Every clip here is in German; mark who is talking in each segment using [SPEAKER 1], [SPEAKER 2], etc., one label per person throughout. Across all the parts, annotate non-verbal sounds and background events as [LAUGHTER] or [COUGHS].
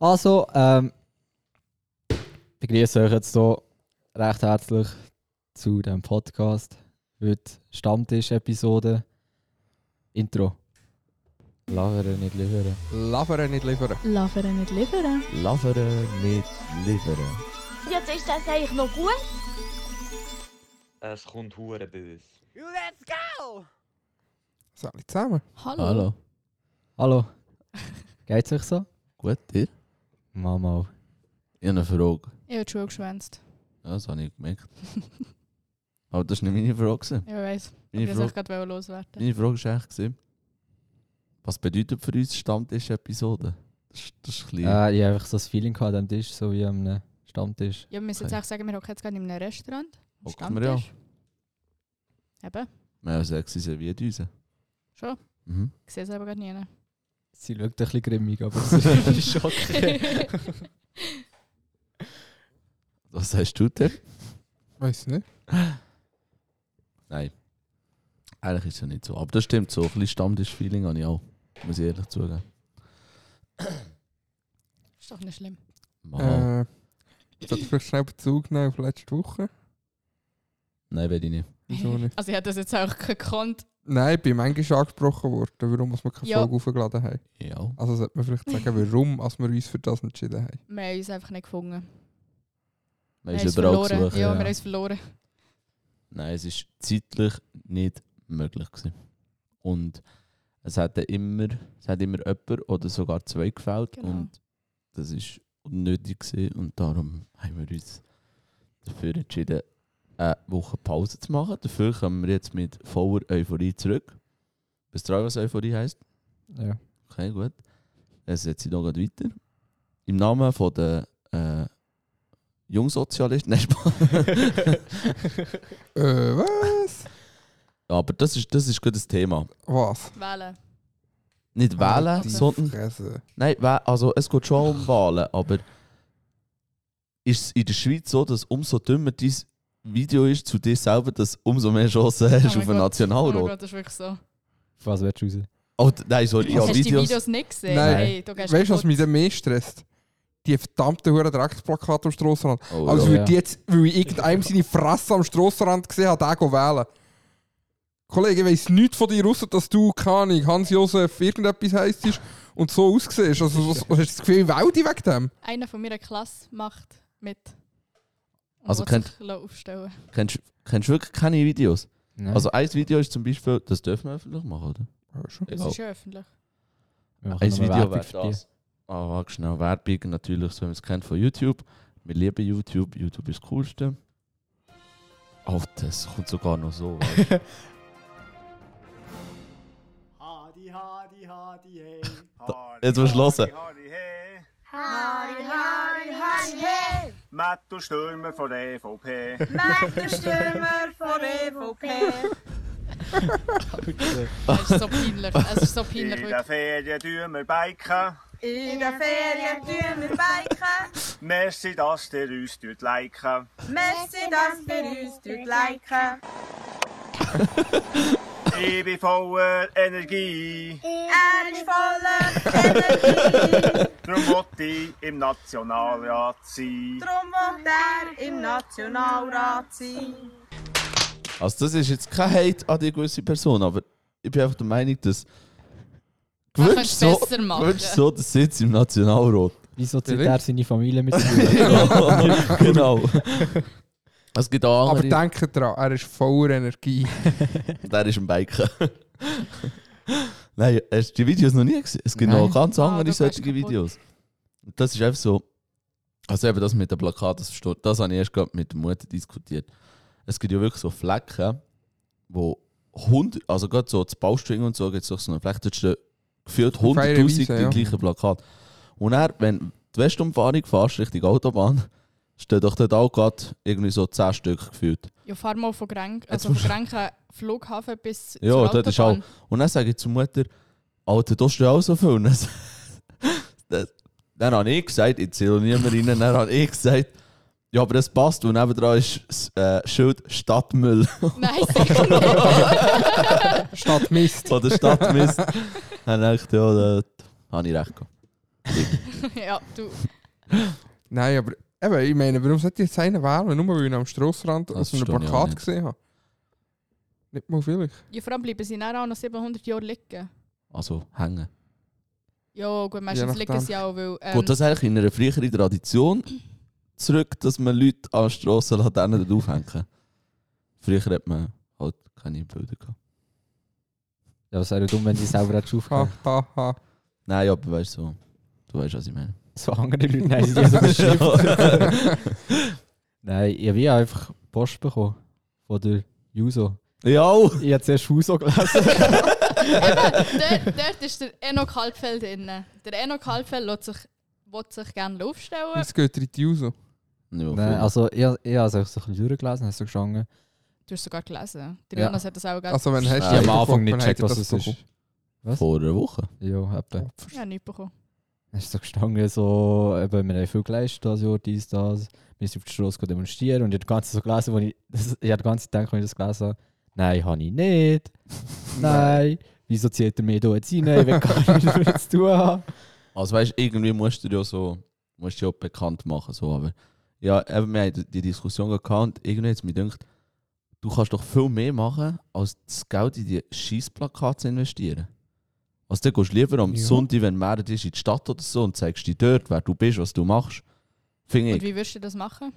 [SPEAKER 1] Also, ähm, ich begrüße euch jetzt hier recht herzlich zu diesem Podcast. Heute Stammtisch-Episode. Intro.
[SPEAKER 2] Lavere nicht liefern.
[SPEAKER 3] Laveren nicht liefern.
[SPEAKER 4] Laveren nicht liefern.
[SPEAKER 2] Lavere nicht liefern.
[SPEAKER 5] Jetzt ist das eigentlich noch gut.
[SPEAKER 6] Es kommt hure böse.
[SPEAKER 3] So, alle zusammen.
[SPEAKER 4] Hallo.
[SPEAKER 2] Hallo.
[SPEAKER 1] Hallo. [LAUGHS] Geht's euch so?
[SPEAKER 2] Gut, dir?
[SPEAKER 1] Mama.
[SPEAKER 2] Ich habe eine Frage.
[SPEAKER 4] Ich habe die Schule geschwänzt. [LAUGHS]
[SPEAKER 2] Ja, das habe ich gemerkt. Aber das war nicht meine Frage. gewesen.
[SPEAKER 4] Ich weiß.
[SPEAKER 2] Meine,
[SPEAKER 4] Ich wollte
[SPEAKER 2] Frage,
[SPEAKER 4] gerade loswerden.
[SPEAKER 2] meine Frage war eigentlich, gewesen, was bedeutet für uns Stammtisch-Episode? Das, ist- das ist ein bisschen...
[SPEAKER 1] Äh, ich habe einfach so das Feeling gehabt an dem Tisch, so wie am Stammtisch.
[SPEAKER 4] Ja, wir müssen jetzt
[SPEAKER 2] Okay.
[SPEAKER 4] echt sagen, wir hocken jetzt gerade in einem Restaurant. am
[SPEAKER 2] Hocken wir ja.
[SPEAKER 4] Stammtisch. Eben.
[SPEAKER 2] wir haben sechs Servierdüsen.
[SPEAKER 4] Schon.
[SPEAKER 2] Mhm.
[SPEAKER 4] Ich sehe es aber gerade nie. [LAUGHS]
[SPEAKER 1] Sie schaut ein bisschen grimmig, aber es
[SPEAKER 2] [LAUGHS]
[SPEAKER 1] ist schon okay.
[SPEAKER 2] Was hast du denn?
[SPEAKER 3] Weiß nicht.
[SPEAKER 2] Nein. Eigentlich ist es ja nicht so. Aber das stimmt so. Ein bisschen Stammtisch-Feeling habe ich auch. Muss ich ehrlich zugeben.
[SPEAKER 4] Ist doch nicht schlimm.
[SPEAKER 2] Mal.
[SPEAKER 3] Äh, sollte ich vielleicht schnell Bezug nehmen auf letzte Woche?
[SPEAKER 2] Nein, werde ich nicht.
[SPEAKER 4] [LAUGHS]
[SPEAKER 3] Wieso nicht?
[SPEAKER 4] Also ich hätte das jetzt auch gekonnt.
[SPEAKER 3] Nein, ich bin manchmal angesprochen worden, warum wir keine
[SPEAKER 4] Ja.
[SPEAKER 3] Folge aufgeladen haben.
[SPEAKER 2] Ja.
[SPEAKER 3] Also sollte man vielleicht sagen, warum als wir uns für das entschieden haben.
[SPEAKER 4] Wir haben uns einfach nicht gefunden. wir
[SPEAKER 2] Man ist
[SPEAKER 4] haben uns
[SPEAKER 2] überall
[SPEAKER 4] verloren.
[SPEAKER 2] gesucht.
[SPEAKER 4] ja, wir
[SPEAKER 2] ja.
[SPEAKER 4] haben uns verloren.
[SPEAKER 2] Nein, es ist zeitlich nicht möglich gewesen. Und es hat dann immer, es hat immer jemand oder sogar zwei gefällt
[SPEAKER 4] Genau.
[SPEAKER 2] und das ist unnötig gewesen und darum haben wir uns dafür entschieden, eine Woche Pause zu machen. Dafür kommen wir jetzt mit voller Euphorie zurück. Wisst ihr, auch, was Euphorie heisst?
[SPEAKER 1] ja.
[SPEAKER 2] Okay, gut. Es setzt sich noch gerade weiter. Im Namen von der äh, Jungsozialisten. [LAUGHS] Nein, Spaß.
[SPEAKER 3] Äh, was?
[SPEAKER 2] Aber das ist, das ist gut das Thema.
[SPEAKER 3] Was?
[SPEAKER 4] Wählen.
[SPEAKER 2] Nicht
[SPEAKER 4] Ah,
[SPEAKER 2] wählen,
[SPEAKER 3] Die
[SPEAKER 2] sondern.
[SPEAKER 3] Fresse.
[SPEAKER 2] Nein, wä- also es geht schon um Wahlen, aber ist es in der Schweiz so, dass umso dümmer dein Video ist zu dir selber, dass umso mehr Chancen
[SPEAKER 4] Oh mein
[SPEAKER 2] hast auf einen
[SPEAKER 4] Gott. Oh mein
[SPEAKER 2] Nationalrat?
[SPEAKER 4] Gott, das ist wirklich so.
[SPEAKER 1] Auf was willst du raus?
[SPEAKER 2] Oh, d- nein, sorry, ich
[SPEAKER 4] Hast
[SPEAKER 2] habe
[SPEAKER 4] du die
[SPEAKER 2] Videos.
[SPEAKER 4] Videos nicht gesehen?
[SPEAKER 3] Nein.
[SPEAKER 4] Hey, du
[SPEAKER 3] Weißt
[SPEAKER 4] gehst
[SPEAKER 3] du, was
[SPEAKER 4] kaputt.
[SPEAKER 3] mich dann mehr stresst? Die verdammten Huren Drecksplakate am Strassenrand.
[SPEAKER 2] Oh,
[SPEAKER 3] Als
[SPEAKER 1] ja.
[SPEAKER 2] ja.
[SPEAKER 3] würde Also, ich jetzt, weil ich irgendeinem seine Fresse am Strassenrand gesehen habe, den wählen. Kollege, ich weiss nichts von dir, außer dass du, keine Ahnung, Hans-Josef irgendetwas heisst und so aussiehst. Also, was, was hast du das Gefühl, ich wähle dich wegen dem?
[SPEAKER 4] Einer von meiner Klasse macht mit. Und
[SPEAKER 2] Also
[SPEAKER 4] will
[SPEAKER 2] könnt-
[SPEAKER 4] sich aufstellen.
[SPEAKER 2] Kennst, kennst du wirklich keine Videos?
[SPEAKER 1] Nein.
[SPEAKER 2] Also ein Video ist zum Beispiel, das dürfen wir öffentlich machen, oder?
[SPEAKER 4] Das ist ja öffentlich.
[SPEAKER 1] wir machen
[SPEAKER 2] Ein
[SPEAKER 1] noch
[SPEAKER 2] Video
[SPEAKER 1] Werbung
[SPEAKER 2] wäre
[SPEAKER 1] für die.
[SPEAKER 2] das. Ah, warte schnell. Werbung natürlich, so wie man es kennt von YouTube. Wir lieben YouTube. YouTube ist das Coolste. Oh, das kommt sogar noch so. weißt du.
[SPEAKER 7] Hadi, hadi, hadi, hey.
[SPEAKER 2] Jetzt musst du hören.
[SPEAKER 7] Hadi, hey.
[SPEAKER 5] Hari, Hari, Hari, hey.
[SPEAKER 7] Matto Stürmer von der EVP.
[SPEAKER 5] Stürmer von EVP.
[SPEAKER 4] Es ist so
[SPEAKER 2] [LAUGHS]
[SPEAKER 4] peinlich. Es ist so
[SPEAKER 7] In
[SPEAKER 4] peinlich.
[SPEAKER 7] der
[SPEAKER 4] wirklich.
[SPEAKER 7] Ferien tun wir biken.
[SPEAKER 5] In der Ferien tun wir biken.
[SPEAKER 7] Merci, dass ihr uns dort liken.
[SPEAKER 5] Merci, dass ihr uns dort liken.
[SPEAKER 7] Ich bin voller Energie.
[SPEAKER 5] Er ist voller Energie.
[SPEAKER 7] Darum wollte ich im Nationalrat sein.
[SPEAKER 5] Drum wohnt er im Nationalrat sein.
[SPEAKER 2] Also das ist jetzt kein Hate an die gewisse Person, aber ich bin einfach der Meinung, dass...
[SPEAKER 4] Man könnte
[SPEAKER 2] Gewünscht
[SPEAKER 4] es
[SPEAKER 2] so,
[SPEAKER 4] besser machen.
[SPEAKER 2] gewünscht so der Sitz im Nationalrat. [LAUGHS]
[SPEAKER 1] Wieso zieht
[SPEAKER 3] Direkt?
[SPEAKER 1] er seine Familie mit sich?
[SPEAKER 2] genau. Es gibt auch
[SPEAKER 3] Aber
[SPEAKER 2] andere, Aber
[SPEAKER 3] denkt dran, er ist voller Energie. [LAUGHS]
[SPEAKER 2] der ist ein Biker. [LAUGHS] Nein, hast du die Videos noch nie gesehen? Es gibt
[SPEAKER 1] Nein.
[SPEAKER 2] noch ganz
[SPEAKER 4] Ah,
[SPEAKER 2] andere
[SPEAKER 4] du
[SPEAKER 2] solche
[SPEAKER 4] gehst kaputt.
[SPEAKER 2] Videos. Und das ist einfach so... Also eben das mit dem Plakat, das, verstehe- das habe ich erst gerade mit der Mutter diskutiert. Es gibt ja wirklich so Flecken, wo 100, also gerade so das Baustring und so, gibt es doch so eine Fläche, da stehen gefühlt
[SPEAKER 3] Auf einer
[SPEAKER 2] 100'000 die
[SPEAKER 3] Wiese, ja.
[SPEAKER 2] gleichen Plakate. Und dann, wenn du die Westumfahrung fährst, Richtung Autobahn, stehen doch dort auch gerade irgendwie so 10 Stück gefühlt.
[SPEAKER 4] Ja, fahr mal von Grenk,
[SPEAKER 2] Jetzt
[SPEAKER 4] also von
[SPEAKER 2] musst du-
[SPEAKER 4] Grenken Flughafen bis
[SPEAKER 2] Ja,
[SPEAKER 4] zur
[SPEAKER 2] dort ist
[SPEAKER 4] Autobahn.
[SPEAKER 2] Und dann sage ich zur Mutter, Alter, da stehen auch so viel. [LAUGHS] Und dann, dann, dann habe ich gesagt, ich zähle niemand rein, dann habe ich gesagt, ja, aber das passt. Und nebenan ist das äh, Schild Stadtmüll. [LAUGHS]
[SPEAKER 4] Nein, sicher nicht.
[SPEAKER 3] Statt
[SPEAKER 1] [LAUGHS]
[SPEAKER 3] Mist.
[SPEAKER 2] von der Stadt misst. Dann dachte ich, ja, da habe ich recht gehabt.
[SPEAKER 4] ja, du.
[SPEAKER 3] Nein, aber eben, ich meine, warum sollte ich jetzt einen wählen? Nur weil ich ihn am Strassrand
[SPEAKER 2] Das
[SPEAKER 3] auf einem
[SPEAKER 2] verstehe ich auch
[SPEAKER 3] Plakat
[SPEAKER 2] nicht.
[SPEAKER 3] gesehen habe. Nicht mal vielleicht.
[SPEAKER 4] Ja, vor allem bleiben sie dann auch noch 700 Jahre liegen.
[SPEAKER 2] Also hängen.
[SPEAKER 4] Ja, gut, meistens
[SPEAKER 3] Je
[SPEAKER 4] liegen
[SPEAKER 3] nachdem.
[SPEAKER 4] sie auch, weil... Ähm,
[SPEAKER 2] Geht das eigentlich in einer früheren Tradition zurück, dass man Leute an Strassenlaternen dort aufhängen? Früher hat man halt keine Bilder gehabt.
[SPEAKER 1] Ja, es wäre dumm, wenn sie selber hättest
[SPEAKER 3] Ha,
[SPEAKER 1] aufgehört.
[SPEAKER 3] ha, ha.
[SPEAKER 2] Nein, aber weißt du, so, du weißt, was
[SPEAKER 1] [LAUGHS]
[SPEAKER 2] ich meine.
[SPEAKER 1] So andere Leute haben sie die so beschrieben. Nein, ich habe einfach Post bekommen von der Juso.
[SPEAKER 2] Ja!
[SPEAKER 1] Ich habe zuerst Huso gelesen.
[SPEAKER 4] Eben, dort, dort ist der Enoch Halbfeld drin. Der Enoch Halbfeld lässt sich, will sich gerne aufstellen.
[SPEAKER 3] Jetzt geht er in die Uso.
[SPEAKER 1] Nein, also ich, ich habe es einfach so ein bisschen durchgelesen, habe so gestanden.
[SPEAKER 4] Du hast sogar gelesen. Der
[SPEAKER 1] Ja.
[SPEAKER 4] Jonas hat das auch gerne.
[SPEAKER 3] Also, wenn hast
[SPEAKER 1] Ich
[SPEAKER 2] Ja,
[SPEAKER 1] habe am
[SPEAKER 3] bekommen,
[SPEAKER 1] Anfang nicht
[SPEAKER 3] dann hat
[SPEAKER 1] gecheckt,
[SPEAKER 3] er
[SPEAKER 1] was
[SPEAKER 3] das
[SPEAKER 1] es ist. was?
[SPEAKER 2] Vor einer Woche.
[SPEAKER 1] Ja, eben.
[SPEAKER 4] Ich habe nichts bekommen.
[SPEAKER 1] Dann ist so gestanden, so, eben, wir haben viel geleistet das Jahr, dies, das. Wir sind auf die Straße gegangen demonstrieren und ich habe die ganze Zeit so gelesen, wo ich, das, ich habe die ganze Zeit gedacht, als ich das gelesen habe, nein, habe ich [LAUGHS] nicht. Nein. Wieso zieht er mich da jetzt rein? Ich will gar nichts damit zu tun haben.
[SPEAKER 2] Also weißt du, irgendwie musst du ja so, musst du ja bekannt machen, so, aber ja, eben, wir haben die Diskussion gehabt und irgendwie jetzt mir gedacht, du kannst doch viel mehr machen, als das Geld in die Schießplakate zu investieren. Also dann gehst du lieber am
[SPEAKER 3] Ja.
[SPEAKER 2] Sonntag, wenn mehr ist, in die Stadt oder so und zeigst dir dort, wer du bist, was du machst. Finde
[SPEAKER 4] Und
[SPEAKER 2] ich.
[SPEAKER 4] wie würdest du das machen?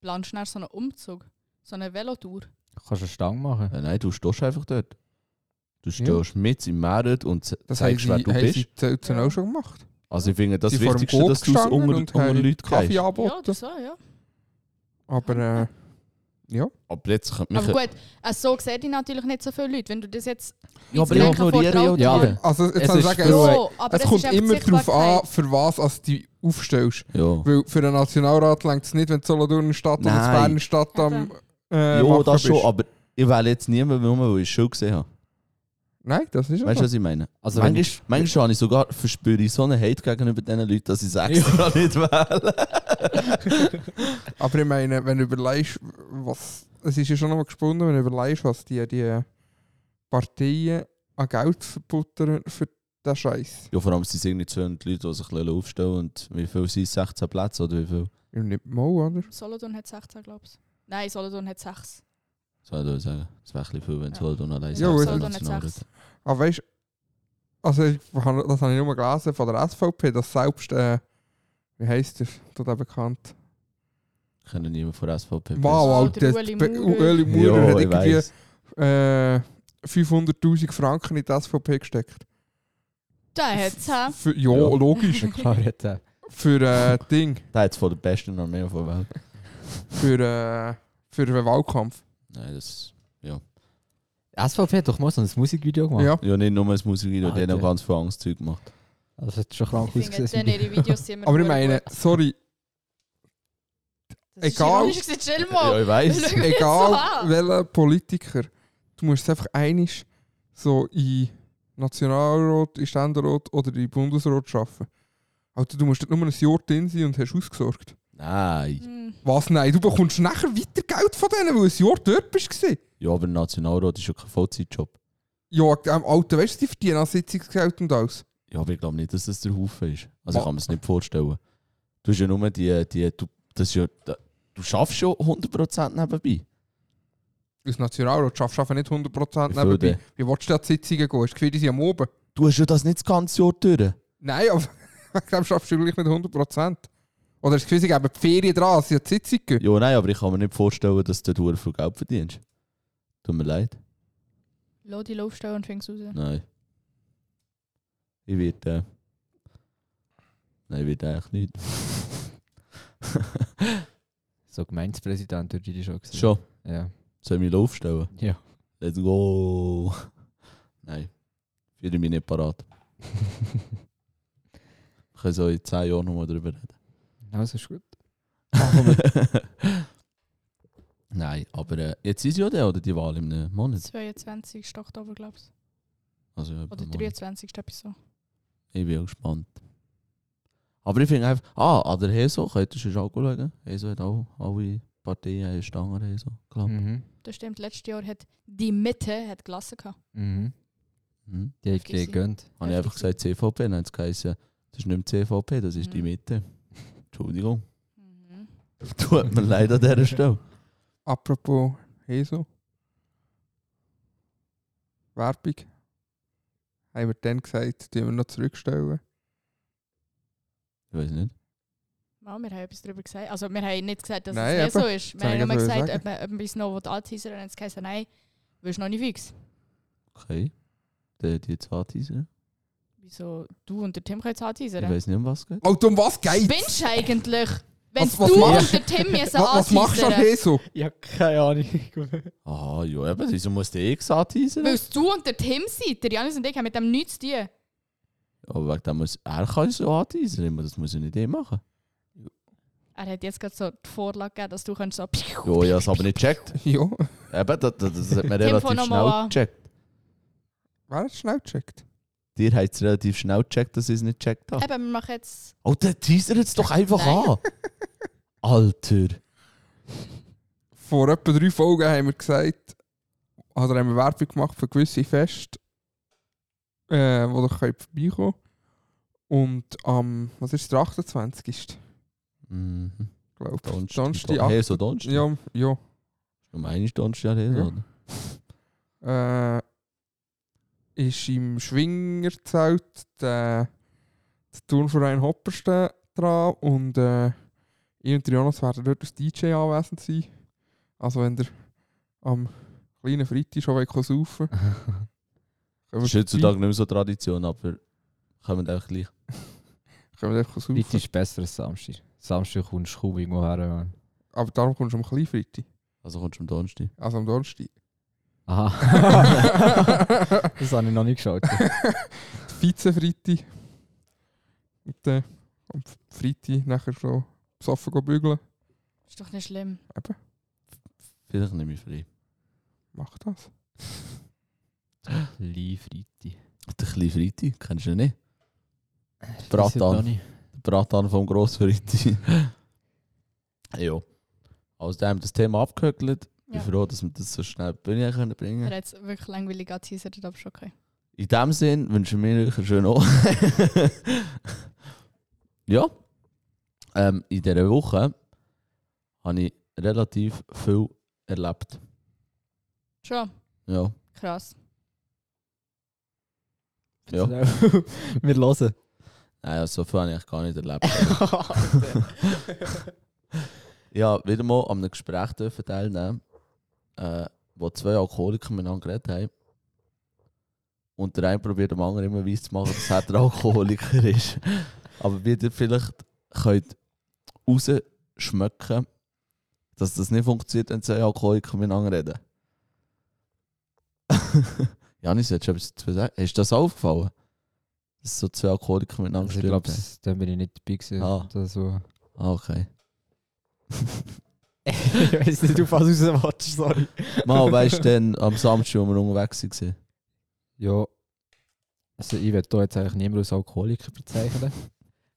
[SPEAKER 4] Planst du dann so einen Umzug? So eine Velotour?
[SPEAKER 1] Kannst du eine Stange machen?
[SPEAKER 2] Ja, nein, du stehst einfach dort. Du
[SPEAKER 3] Ja.
[SPEAKER 2] stehst mit im Merit und ze-
[SPEAKER 3] Das haben
[SPEAKER 2] zeigst,
[SPEAKER 3] sie,
[SPEAKER 2] wer du
[SPEAKER 3] haben
[SPEAKER 2] bist.
[SPEAKER 3] sie 2010 auch schon gemacht.
[SPEAKER 2] Also ich finde das
[SPEAKER 3] Sie sind vor dem
[SPEAKER 2] Wichtigste,
[SPEAKER 3] Coop
[SPEAKER 2] dass du es
[SPEAKER 3] gestanden
[SPEAKER 2] unter,
[SPEAKER 3] und
[SPEAKER 2] unter
[SPEAKER 3] haben
[SPEAKER 2] Leute
[SPEAKER 3] Kaffee
[SPEAKER 2] gehst.
[SPEAKER 4] Ja,
[SPEAKER 3] angeboten.
[SPEAKER 4] das so, ja.
[SPEAKER 3] Aber äh,
[SPEAKER 2] Aber jetzt könnte mich...
[SPEAKER 4] Aber gut, äh, so sehen die natürlich nicht so viele Leute. Wenn du das jetzt...
[SPEAKER 2] ja, aber
[SPEAKER 4] ich
[SPEAKER 2] ich
[SPEAKER 4] denke, vor
[SPEAKER 2] ignoriere ja
[SPEAKER 4] Traut-
[SPEAKER 2] die.
[SPEAKER 1] Ja.
[SPEAKER 3] also, jetzt
[SPEAKER 1] Es
[SPEAKER 3] kann ich
[SPEAKER 1] ist
[SPEAKER 3] sagen,
[SPEAKER 1] für-
[SPEAKER 3] es-
[SPEAKER 4] So, aber
[SPEAKER 3] es kommt
[SPEAKER 4] ist eben
[SPEAKER 3] immer
[SPEAKER 4] die
[SPEAKER 3] darauf an,
[SPEAKER 4] Sichtbarkeit.
[SPEAKER 3] für was als du dich aufstellst.
[SPEAKER 2] Ja.
[SPEAKER 3] Weil für einen Nationalrat längt es nicht, wenn du Solothurn Stadt oder
[SPEAKER 2] Nein.
[SPEAKER 3] Bern Stadt am. Äh,
[SPEAKER 2] ja,
[SPEAKER 3] Machen
[SPEAKER 2] das schon,
[SPEAKER 3] bist.
[SPEAKER 2] aber ich wähle jetzt niemanden, nur weil ich es schon gesehen habe.
[SPEAKER 3] Nein, das ist
[SPEAKER 2] Weißt du,
[SPEAKER 3] ja
[SPEAKER 2] was ich meine?
[SPEAKER 1] Also wenn
[SPEAKER 2] manchmal, manchmal habe ich sogar, verspüre ich so einen Hate gegenüber diesen Leuten, dass ich es extra nicht wähle.
[SPEAKER 3] [LAUGHS] Aber ich meine, wenn du überlegst, was. Es ist ja schon nochmal gesponnen, wenn du überlegst, was die, die Parteien an Geld verbuttern für den Scheiß.
[SPEAKER 2] Ja, vor allem sind es irgendwie 200 Leute, die sich ein bisschen aufstellen und wie viel sind es? 16 Plätze oder wie viel?
[SPEAKER 3] Ja, nicht mal, oder?
[SPEAKER 4] Solothurn hat 16, glaube ich. Nein, Solothurn hat 6.
[SPEAKER 2] Das würde ich sagen. Das wäre ein bisschen viel, wenn es
[SPEAKER 4] Ja.
[SPEAKER 2] halt nur allein
[SPEAKER 3] Ja, gut.
[SPEAKER 4] Solothurn hat 6.
[SPEAKER 3] Aber weißt du, also ich, hab- das habe ich nur gelesen von der SVP, dass selbst, äh, wie heisst der, tut eben bekannt?
[SPEAKER 2] Ich kenne niemanden von der SVP.
[SPEAKER 3] Wow,
[SPEAKER 4] der
[SPEAKER 3] Alter,
[SPEAKER 4] Ueli
[SPEAKER 3] Be-
[SPEAKER 4] Maurer.
[SPEAKER 3] Ueli
[SPEAKER 2] Ja,
[SPEAKER 3] Maurer
[SPEAKER 2] ich
[SPEAKER 3] hat irgendwie äh,
[SPEAKER 2] weiss.
[SPEAKER 3] 500'000 Franken in die SVP gesteckt.
[SPEAKER 4] Der hat es, hä?
[SPEAKER 3] Für, ja,
[SPEAKER 2] Ja.
[SPEAKER 3] logisch.
[SPEAKER 1] klar hat er.
[SPEAKER 3] Für äh, Ding,
[SPEAKER 2] Der hat es von der besten Armee der Welt.
[SPEAKER 3] für, äh, für den Wahlkampf.
[SPEAKER 2] Nein, das...
[SPEAKER 1] SVP hat doch mal so ein Musikvideo gemacht.
[SPEAKER 3] Ja.
[SPEAKER 2] Ja, nicht nur das Musikvideo, der hat noch
[SPEAKER 1] Alter.
[SPEAKER 2] ganz viel Angstzeug gemacht.
[SPEAKER 1] Also das hat schon krank
[SPEAKER 4] Ich finde, dann
[SPEAKER 1] ausgesehen.
[SPEAKER 4] ihre
[SPEAKER 3] [LAUGHS]
[SPEAKER 4] Videos sind immer
[SPEAKER 3] Aber ich
[SPEAKER 4] verdammt
[SPEAKER 3] meine,
[SPEAKER 4] gut.
[SPEAKER 3] sorry,
[SPEAKER 4] Das ist
[SPEAKER 3] egal.
[SPEAKER 4] ironisch gewesen, Chill mal.
[SPEAKER 2] Ja, ich weiss.
[SPEAKER 4] Schau mich
[SPEAKER 3] [LAUGHS]
[SPEAKER 4] so
[SPEAKER 3] egal
[SPEAKER 4] an.
[SPEAKER 3] welcher Politiker, du musst es einfach einig so in Nationalrat, in Ständerat oder in Bundesrat schaffen. Also du musst dort nur ein Jahr drin sein und hast ausgesorgt.
[SPEAKER 2] Nein.
[SPEAKER 4] Hm.
[SPEAKER 3] Was? Nein, du bekommst nachher weiter Geld von denen, weil du ein Jahr dort bist. gewesen.
[SPEAKER 2] Ja, aber Nationalrat ist ja kein Vollzeitjob.
[SPEAKER 3] Ja, ähm, Alter, weißt du, die verdienen an Sitzungsgeld und alles.
[SPEAKER 2] Ja, aber ich glaube nicht, dass das der Haufen ist. Also
[SPEAKER 3] Ma-
[SPEAKER 2] ich kann mir es nicht vorstellen. Du hast ja nur die, die du, das ist ja, da- du schaffst schon 100% nebenbei.
[SPEAKER 3] Als Nationalrat schaffst du einfach nicht 100%
[SPEAKER 2] Wie viel
[SPEAKER 3] nebenbei.
[SPEAKER 2] denn?
[SPEAKER 3] Wie willst du da an die Sitzungen gehen? Hast du gefühlt, die sind am Oben?
[SPEAKER 2] Du hast ja das nicht das ganze Jahr durch.
[SPEAKER 3] Nein, aber [LAUGHS] ich glaube, schaffst du gleich nicht 100%. Oder hast du gefühlt, sie geben die Ferien dran, sie haben die Sitzungen?
[SPEAKER 2] Ja, nein, aber ich kann mir nicht vorstellen, dass du dort viel Geld verdienst. Tut mir leid.
[SPEAKER 4] Lass dich aufstellen und fängst raus.
[SPEAKER 2] Nein. Ich werde. Äh, nein, ich werde eigentlich nicht.
[SPEAKER 1] So Gemeindepräsident würde ich schon gesehen.
[SPEAKER 2] Schon,
[SPEAKER 1] Ja.
[SPEAKER 2] soll ich mich aufstellen?
[SPEAKER 1] Ja.
[SPEAKER 2] Let's go! [LAUGHS] Nein, fühle mich
[SPEAKER 1] [LAUGHS]
[SPEAKER 2] nicht parat. Ich kann so in 10 Jahren nochmal
[SPEAKER 1] [LAUGHS]
[SPEAKER 2] drüber reden.
[SPEAKER 1] Also ist gut.
[SPEAKER 2] Nein, aber äh, jetzt ist ja der oder die Wahl im äh, Monat.
[SPEAKER 4] 22. Oktober, glaube ich.
[SPEAKER 2] Also, ja,
[SPEAKER 4] Oder
[SPEAKER 2] im Monat.
[SPEAKER 4] 23. etwas so.
[SPEAKER 2] Ich bin auch gespannt. Aber ich finde einfach, ah, an der HESO könntest du schon auch schauen. HESO hat auch alle Parteien eine Stange an der HESO. Klar.
[SPEAKER 1] Mhm.
[SPEAKER 4] Das stimmt, letztes Jahr hat die Mitte hat gelassen. gehabt.
[SPEAKER 1] Mhm.
[SPEAKER 2] Mhm.
[SPEAKER 1] Die hat
[SPEAKER 4] Vergiss
[SPEAKER 1] dir
[SPEAKER 4] ihn.
[SPEAKER 1] gegönnt.
[SPEAKER 2] Habe ich einfach gesagt, CVP, dann hat es geheißen, Das ist nicht mehr CVP, das ist die
[SPEAKER 4] Mhm.
[SPEAKER 2] Mitte. [LAUGHS] Entschuldigung. [LAUGHS]
[SPEAKER 4] Mhm.
[SPEAKER 2] Tut mir leid an dieser Stelle.
[SPEAKER 3] Apropos Heso. Werbung. Haben wir dann gesagt, die wir noch zurückstellen.
[SPEAKER 2] Ich weiß nicht.
[SPEAKER 4] Ja, wir haben etwas darüber gesagt. Also wir haben nicht gesagt, dass
[SPEAKER 3] Nein,
[SPEAKER 4] es nicht so ist.
[SPEAKER 3] Das
[SPEAKER 4] Wir haben
[SPEAKER 3] habe
[SPEAKER 4] nur
[SPEAKER 3] ich gerade
[SPEAKER 4] gesagt,
[SPEAKER 3] sagen.
[SPEAKER 4] ob man, ob man bis noch was anteasern und es gesagt, nein, willst du noch nicht fix.
[SPEAKER 2] Okay. Der die jetzt anteasern.
[SPEAKER 4] Wieso du und der Tim können es
[SPEAKER 2] Ich
[SPEAKER 4] anteasern?
[SPEAKER 2] weiß nicht, um was es geht.
[SPEAKER 3] Alter, um was geht's?
[SPEAKER 4] Spinnst du eigentlich? Wenn
[SPEAKER 3] Was- was
[SPEAKER 4] du
[SPEAKER 3] machst-
[SPEAKER 4] und der Tim müssen
[SPEAKER 3] Was, was machst du an
[SPEAKER 4] anteasern.
[SPEAKER 3] Heso?
[SPEAKER 1] Ich habe keine [LAUGHS] Ahnung.
[SPEAKER 2] Ah, ja, eben, wieso musst du X anteasern?
[SPEAKER 4] Weil es du und der Tim sind. Der Janis und ich haben mit dem nichts zu tun.
[SPEAKER 2] Aber wegen dem muss er kann so anteasern, immer, das muss ich nicht eh machen.
[SPEAKER 4] Er hat jetzt gerade so die Vorlage gegeben, dass du kannst so...
[SPEAKER 2] Ja, ich habe es aber nicht gecheckt.
[SPEAKER 3] [LAUGHS] Ja,
[SPEAKER 2] Eben, das, das, das hat man [LAUGHS]
[SPEAKER 4] Tim, fang
[SPEAKER 2] relativ
[SPEAKER 4] noch
[SPEAKER 2] schnell
[SPEAKER 4] mal an.
[SPEAKER 2] gecheckt.
[SPEAKER 3] wer hat schnell gecheckt?
[SPEAKER 2] Dir hat es relativ schnell gecheckt, dass ich es nicht gecheckt
[SPEAKER 4] [LAUGHS]
[SPEAKER 2] habe.
[SPEAKER 4] Eben, wir machen jetzt...
[SPEAKER 2] Oh, der teasert es doch einfach [LAUGHS] an. Alter.
[SPEAKER 3] Vor etwa drei Folgen haben wir gesagt, oder haben wir Werbung gemacht für gewisse Feste, äh, wo ihr könnt vorbeikommen Und am, was ist es, der 28.
[SPEAKER 2] Mhm.
[SPEAKER 3] glaube ich.
[SPEAKER 2] Donnerstag.
[SPEAKER 3] Donnerstag,
[SPEAKER 2] Hey, so Donnerstag.
[SPEAKER 3] Ja, ja.
[SPEAKER 2] Du meinst Donnerstag, also hey, so.
[SPEAKER 3] Mhm. äh, ist im Schwingerzelt der, der Turnverein Hoppersten dran und äh, ich und der Jonas werden dort als DJ anwesend sein. Also wenn ihr am kleinen Freitag schon wollt saufen
[SPEAKER 2] Das ist heutzutage nicht mehr so Tradition, aber kommen wir auch gleich.
[SPEAKER 3] können wir dort
[SPEAKER 1] Heute
[SPEAKER 3] saufen.
[SPEAKER 1] ist besser als Samstag. Samstag kommst du kaum irgendwo her. Mann.
[SPEAKER 3] Aber darum kommst du am kleinen Freitag,
[SPEAKER 2] Also kommst du am Donnerstag.
[SPEAKER 3] also am [LAUGHS] Donnerstag.
[SPEAKER 1] Aha. [LAUGHS] das habe ich noch nicht geschaut.
[SPEAKER 3] [LAUGHS] Vize-Freitag. Und äh, am Freitag nachher schon besoffen gehen bügeln.
[SPEAKER 4] Ist doch nicht schlimm.
[SPEAKER 2] Vielleicht nehme ich frei.
[SPEAKER 3] Mach das.
[SPEAKER 1] Liefreitag.
[SPEAKER 2] Der kleine Freitag, kennst du ihn nicht? Bratan. Der Bratan vom Grossfreitag. [LAUGHS] ja. Also, Aus dem das Thema abgehökelt. Ich bin
[SPEAKER 4] Ja.
[SPEAKER 2] froh, dass wir das so schnell auf die Bühne können bringen
[SPEAKER 4] Er hat es wirklich langweilig angeteasert, aber schon okay.
[SPEAKER 2] In dem Sinn wünschen wir euch einen schönen Abend. [LAUGHS] ja. Ähm, in dieser Woche habe ich relativ viel erlebt.
[SPEAKER 4] Schon.
[SPEAKER 2] Ja.
[SPEAKER 4] Krass.
[SPEAKER 2] ja.
[SPEAKER 1] [LAUGHS] Wir hören.
[SPEAKER 2] Nein, so viel habe ich gar nicht erlebt.
[SPEAKER 1] [LAUGHS]
[SPEAKER 2] [LAUGHS] ja, wieder mal an einem Gespräch dürfen teilnehmen, äh, wo zwei Alkoholiker miteinander geredet haben. Und der eine probiert dem anderen immer weiss zu machen, dass er der Alkoholiker ist. Aber wie ihr vielleicht könnt rausschmecken, dass das nicht funktioniert, wenn zwei Alkoholiker miteinander reden. [LAUGHS] Janis, hättest du etwas zu sagen? Ist das auch aufgefallen? Dass so zwei Alkoholiker miteinander
[SPEAKER 1] Also ich
[SPEAKER 2] geredet
[SPEAKER 1] glaube, da bin ich nicht dabei gewesen.
[SPEAKER 2] Ah.
[SPEAKER 1] Oder so.
[SPEAKER 2] haben? Ah, okay.
[SPEAKER 1] [LAUGHS] ich weiß nicht, auf was raus willst, sorry.
[SPEAKER 2] Mal, weißt du, denn, am Samstag, wo wir unterwegs waren?
[SPEAKER 1] Ja. Also ich werde hier jetzt eigentlich niemand als Alkoholiker [LAUGHS] bezeichnen.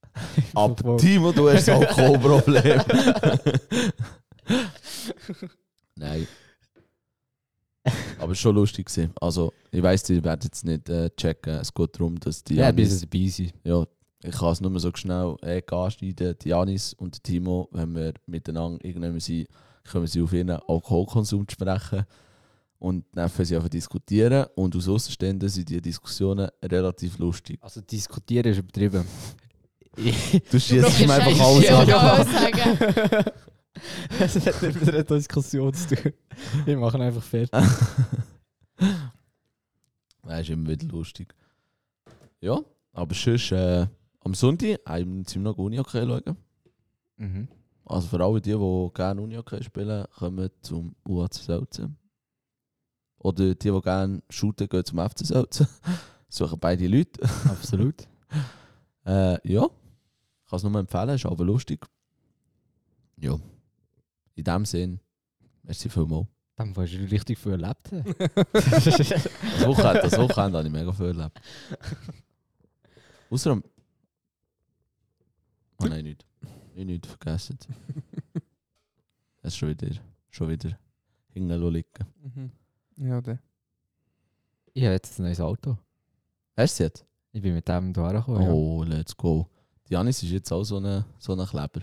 [SPEAKER 1] [LAUGHS]
[SPEAKER 2] Ab Timo, du hast ein Alkoholproblem. [LAUGHS] Nein. Aber es war schon lustig. Gewesen. Also, ich weiss, ihr werdet jetzt nicht äh, checken. Es geht darum, dass die
[SPEAKER 1] Ja, bis es
[SPEAKER 2] Janis.
[SPEAKER 1] dabei sein.
[SPEAKER 2] Ja, ich kann es nur so schnell äh, anschneiden. Die Janis und der Timo, wenn wir miteinander irgendwann sind, können sie auf ihren Alkoholkonsum zu sprechen. Und dann können sie einfach diskutieren. Und aus Außenständen sind die Diskussionen relativ lustig.
[SPEAKER 1] Also diskutieren ist übertrieben. [LAUGHS]
[SPEAKER 2] Du schießt ihm einfach
[SPEAKER 4] Scheiße,
[SPEAKER 2] alles
[SPEAKER 4] ja,
[SPEAKER 2] an.
[SPEAKER 4] ja, alles sagen.
[SPEAKER 1] Es hat nicht mit einer Diskussion zu tun. Wir machen einfach fertig.
[SPEAKER 2] [LAUGHS] Das ist immer wieder lustig. Ja, aber sonst äh, am Sonntag haben wir noch Unihockey schauen.
[SPEAKER 1] Mhm.
[SPEAKER 2] Also für alle die, die gerne Unihockey spielen, kommen zum UAZ Selzen. Oder die, die gerne shooten, gehen zum FC Selzen. [LAUGHS] Suchen beide Leute.
[SPEAKER 1] Absolut.
[SPEAKER 2] Äh, ja, kann es nur empfehlen, ist aber lustig. Ja, in dem Sinn, merci vielmals.
[SPEAKER 1] Dann hast du richtig viel erlebt. [LAUGHS]
[SPEAKER 2] Das Wochenende, das Wochenende habe ich mega viel erlebt. Außer am. Oh nein, nicht. Ich nicht vergessen. Es ist schon wieder. Schon wieder. Hingelo liegen.
[SPEAKER 3] Mhm. Ja, der.
[SPEAKER 1] ich habe jetzt ein neues Auto.
[SPEAKER 2] Hast du es jetzt?
[SPEAKER 1] Ich bin mit dem da angekommen. ja.
[SPEAKER 2] Oh, let's go. Janis ist jetzt auch so ein so eine Kleber.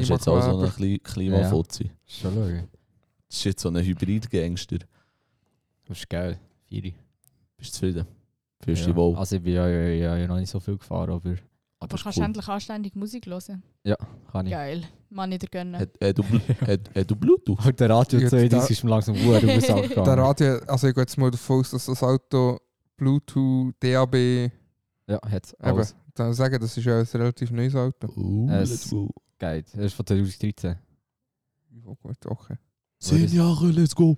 [SPEAKER 2] Ist jetzt auch so
[SPEAKER 3] Klimakleber.
[SPEAKER 2] ein Kli- Klimafuzzi.
[SPEAKER 1] Schon schauen.
[SPEAKER 2] Ist jetzt so ein Hybrid-Gangster.
[SPEAKER 1] Das ist geil. Vieri.
[SPEAKER 2] Bist du zufrieden? Fühlst du
[SPEAKER 1] ja.
[SPEAKER 2] dich wohl?
[SPEAKER 1] Also ich bin ja, ja, ja, ja noch nicht so viel gefahren, aber
[SPEAKER 2] Aber
[SPEAKER 4] Du
[SPEAKER 2] ist
[SPEAKER 4] kannst
[SPEAKER 2] cool.
[SPEAKER 4] endlich anständig Musik hören.
[SPEAKER 1] kann ich.
[SPEAKER 4] Geil. Mann, ich dir gönnen.
[SPEAKER 2] Hat, hat, du, Blu- hat, hat du Bluetooth?
[SPEAKER 1] Und der Radio
[SPEAKER 3] Jetzt
[SPEAKER 1] 32
[SPEAKER 3] da-
[SPEAKER 1] ist mir langsam [LAUGHS] gut rausgegangen.
[SPEAKER 3] Der Radio, also ich gehe jetzt mal davon aus, dass das Auto Bluetooth, DAB, eben,
[SPEAKER 1] Ja, hat's alles.
[SPEAKER 3] dann sagen, das ist ja ein relativ neues Auto.
[SPEAKER 2] Oh,
[SPEAKER 1] Es-
[SPEAKER 2] let's go.
[SPEAKER 1] Geil. Das ist von 2013.
[SPEAKER 3] Ja, gut,
[SPEAKER 2] [LAUGHS]
[SPEAKER 3] okay.
[SPEAKER 2] Zehn Jahre, let's go.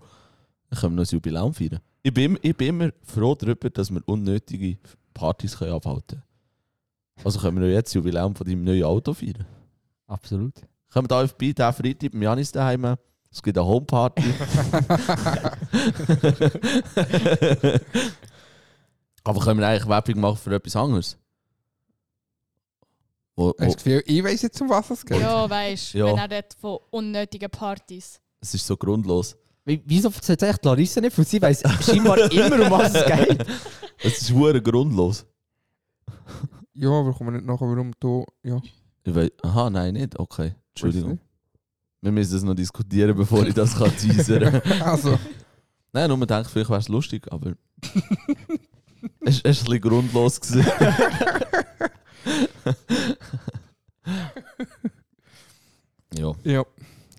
[SPEAKER 2] Dann können wir noch ein Jubiläum feiern. Ich bin, ich bin immer froh darüber, dass wir unnötige Partys können abhalten können. Also können wir noch jetzt das Jubiläum von deinem neuen Auto feiern.
[SPEAKER 1] Absolut.
[SPEAKER 2] Kommen da vorbei, diesen Freitag beim Janis daheim. Es gibt eine Homeparty. [LAUGHS] Aber können wir eigentlich Werbung machen für etwas anderes? Wo,
[SPEAKER 3] Hast du
[SPEAKER 2] wo,
[SPEAKER 3] das Gefühl, ich weiss jetzt, um was es geht?
[SPEAKER 4] Ja, weißt du,
[SPEAKER 2] Ja.
[SPEAKER 4] wenn er redet von unnötigen Partys.
[SPEAKER 2] es ist so grundlos.
[SPEAKER 1] Wie- Wieso erzählt echt Larissa nicht? Weil sie weiß scheinbar [LAUGHS] immer, um was es geht.
[SPEAKER 2] [LAUGHS] Es ist hure grundlos.
[SPEAKER 3] Ja, aber kommen wir nicht nachher, warum du,
[SPEAKER 2] [LAUGHS]
[SPEAKER 3] ja.
[SPEAKER 2] Ich weiß, aha, nein, nicht. Okay, Entschuldigung.
[SPEAKER 3] Weiss
[SPEAKER 2] Wir müssen das noch diskutieren, bevor ich das kann
[SPEAKER 4] [LAUGHS]
[SPEAKER 2] teasern kann.
[SPEAKER 3] nicht. Also,
[SPEAKER 2] nein, nur denke, vielleicht wäre es lustig, aber. es es ist ein bisschen grundlos. Gewesen.
[SPEAKER 4] [LAUGHS]
[SPEAKER 2] ja.
[SPEAKER 3] ja.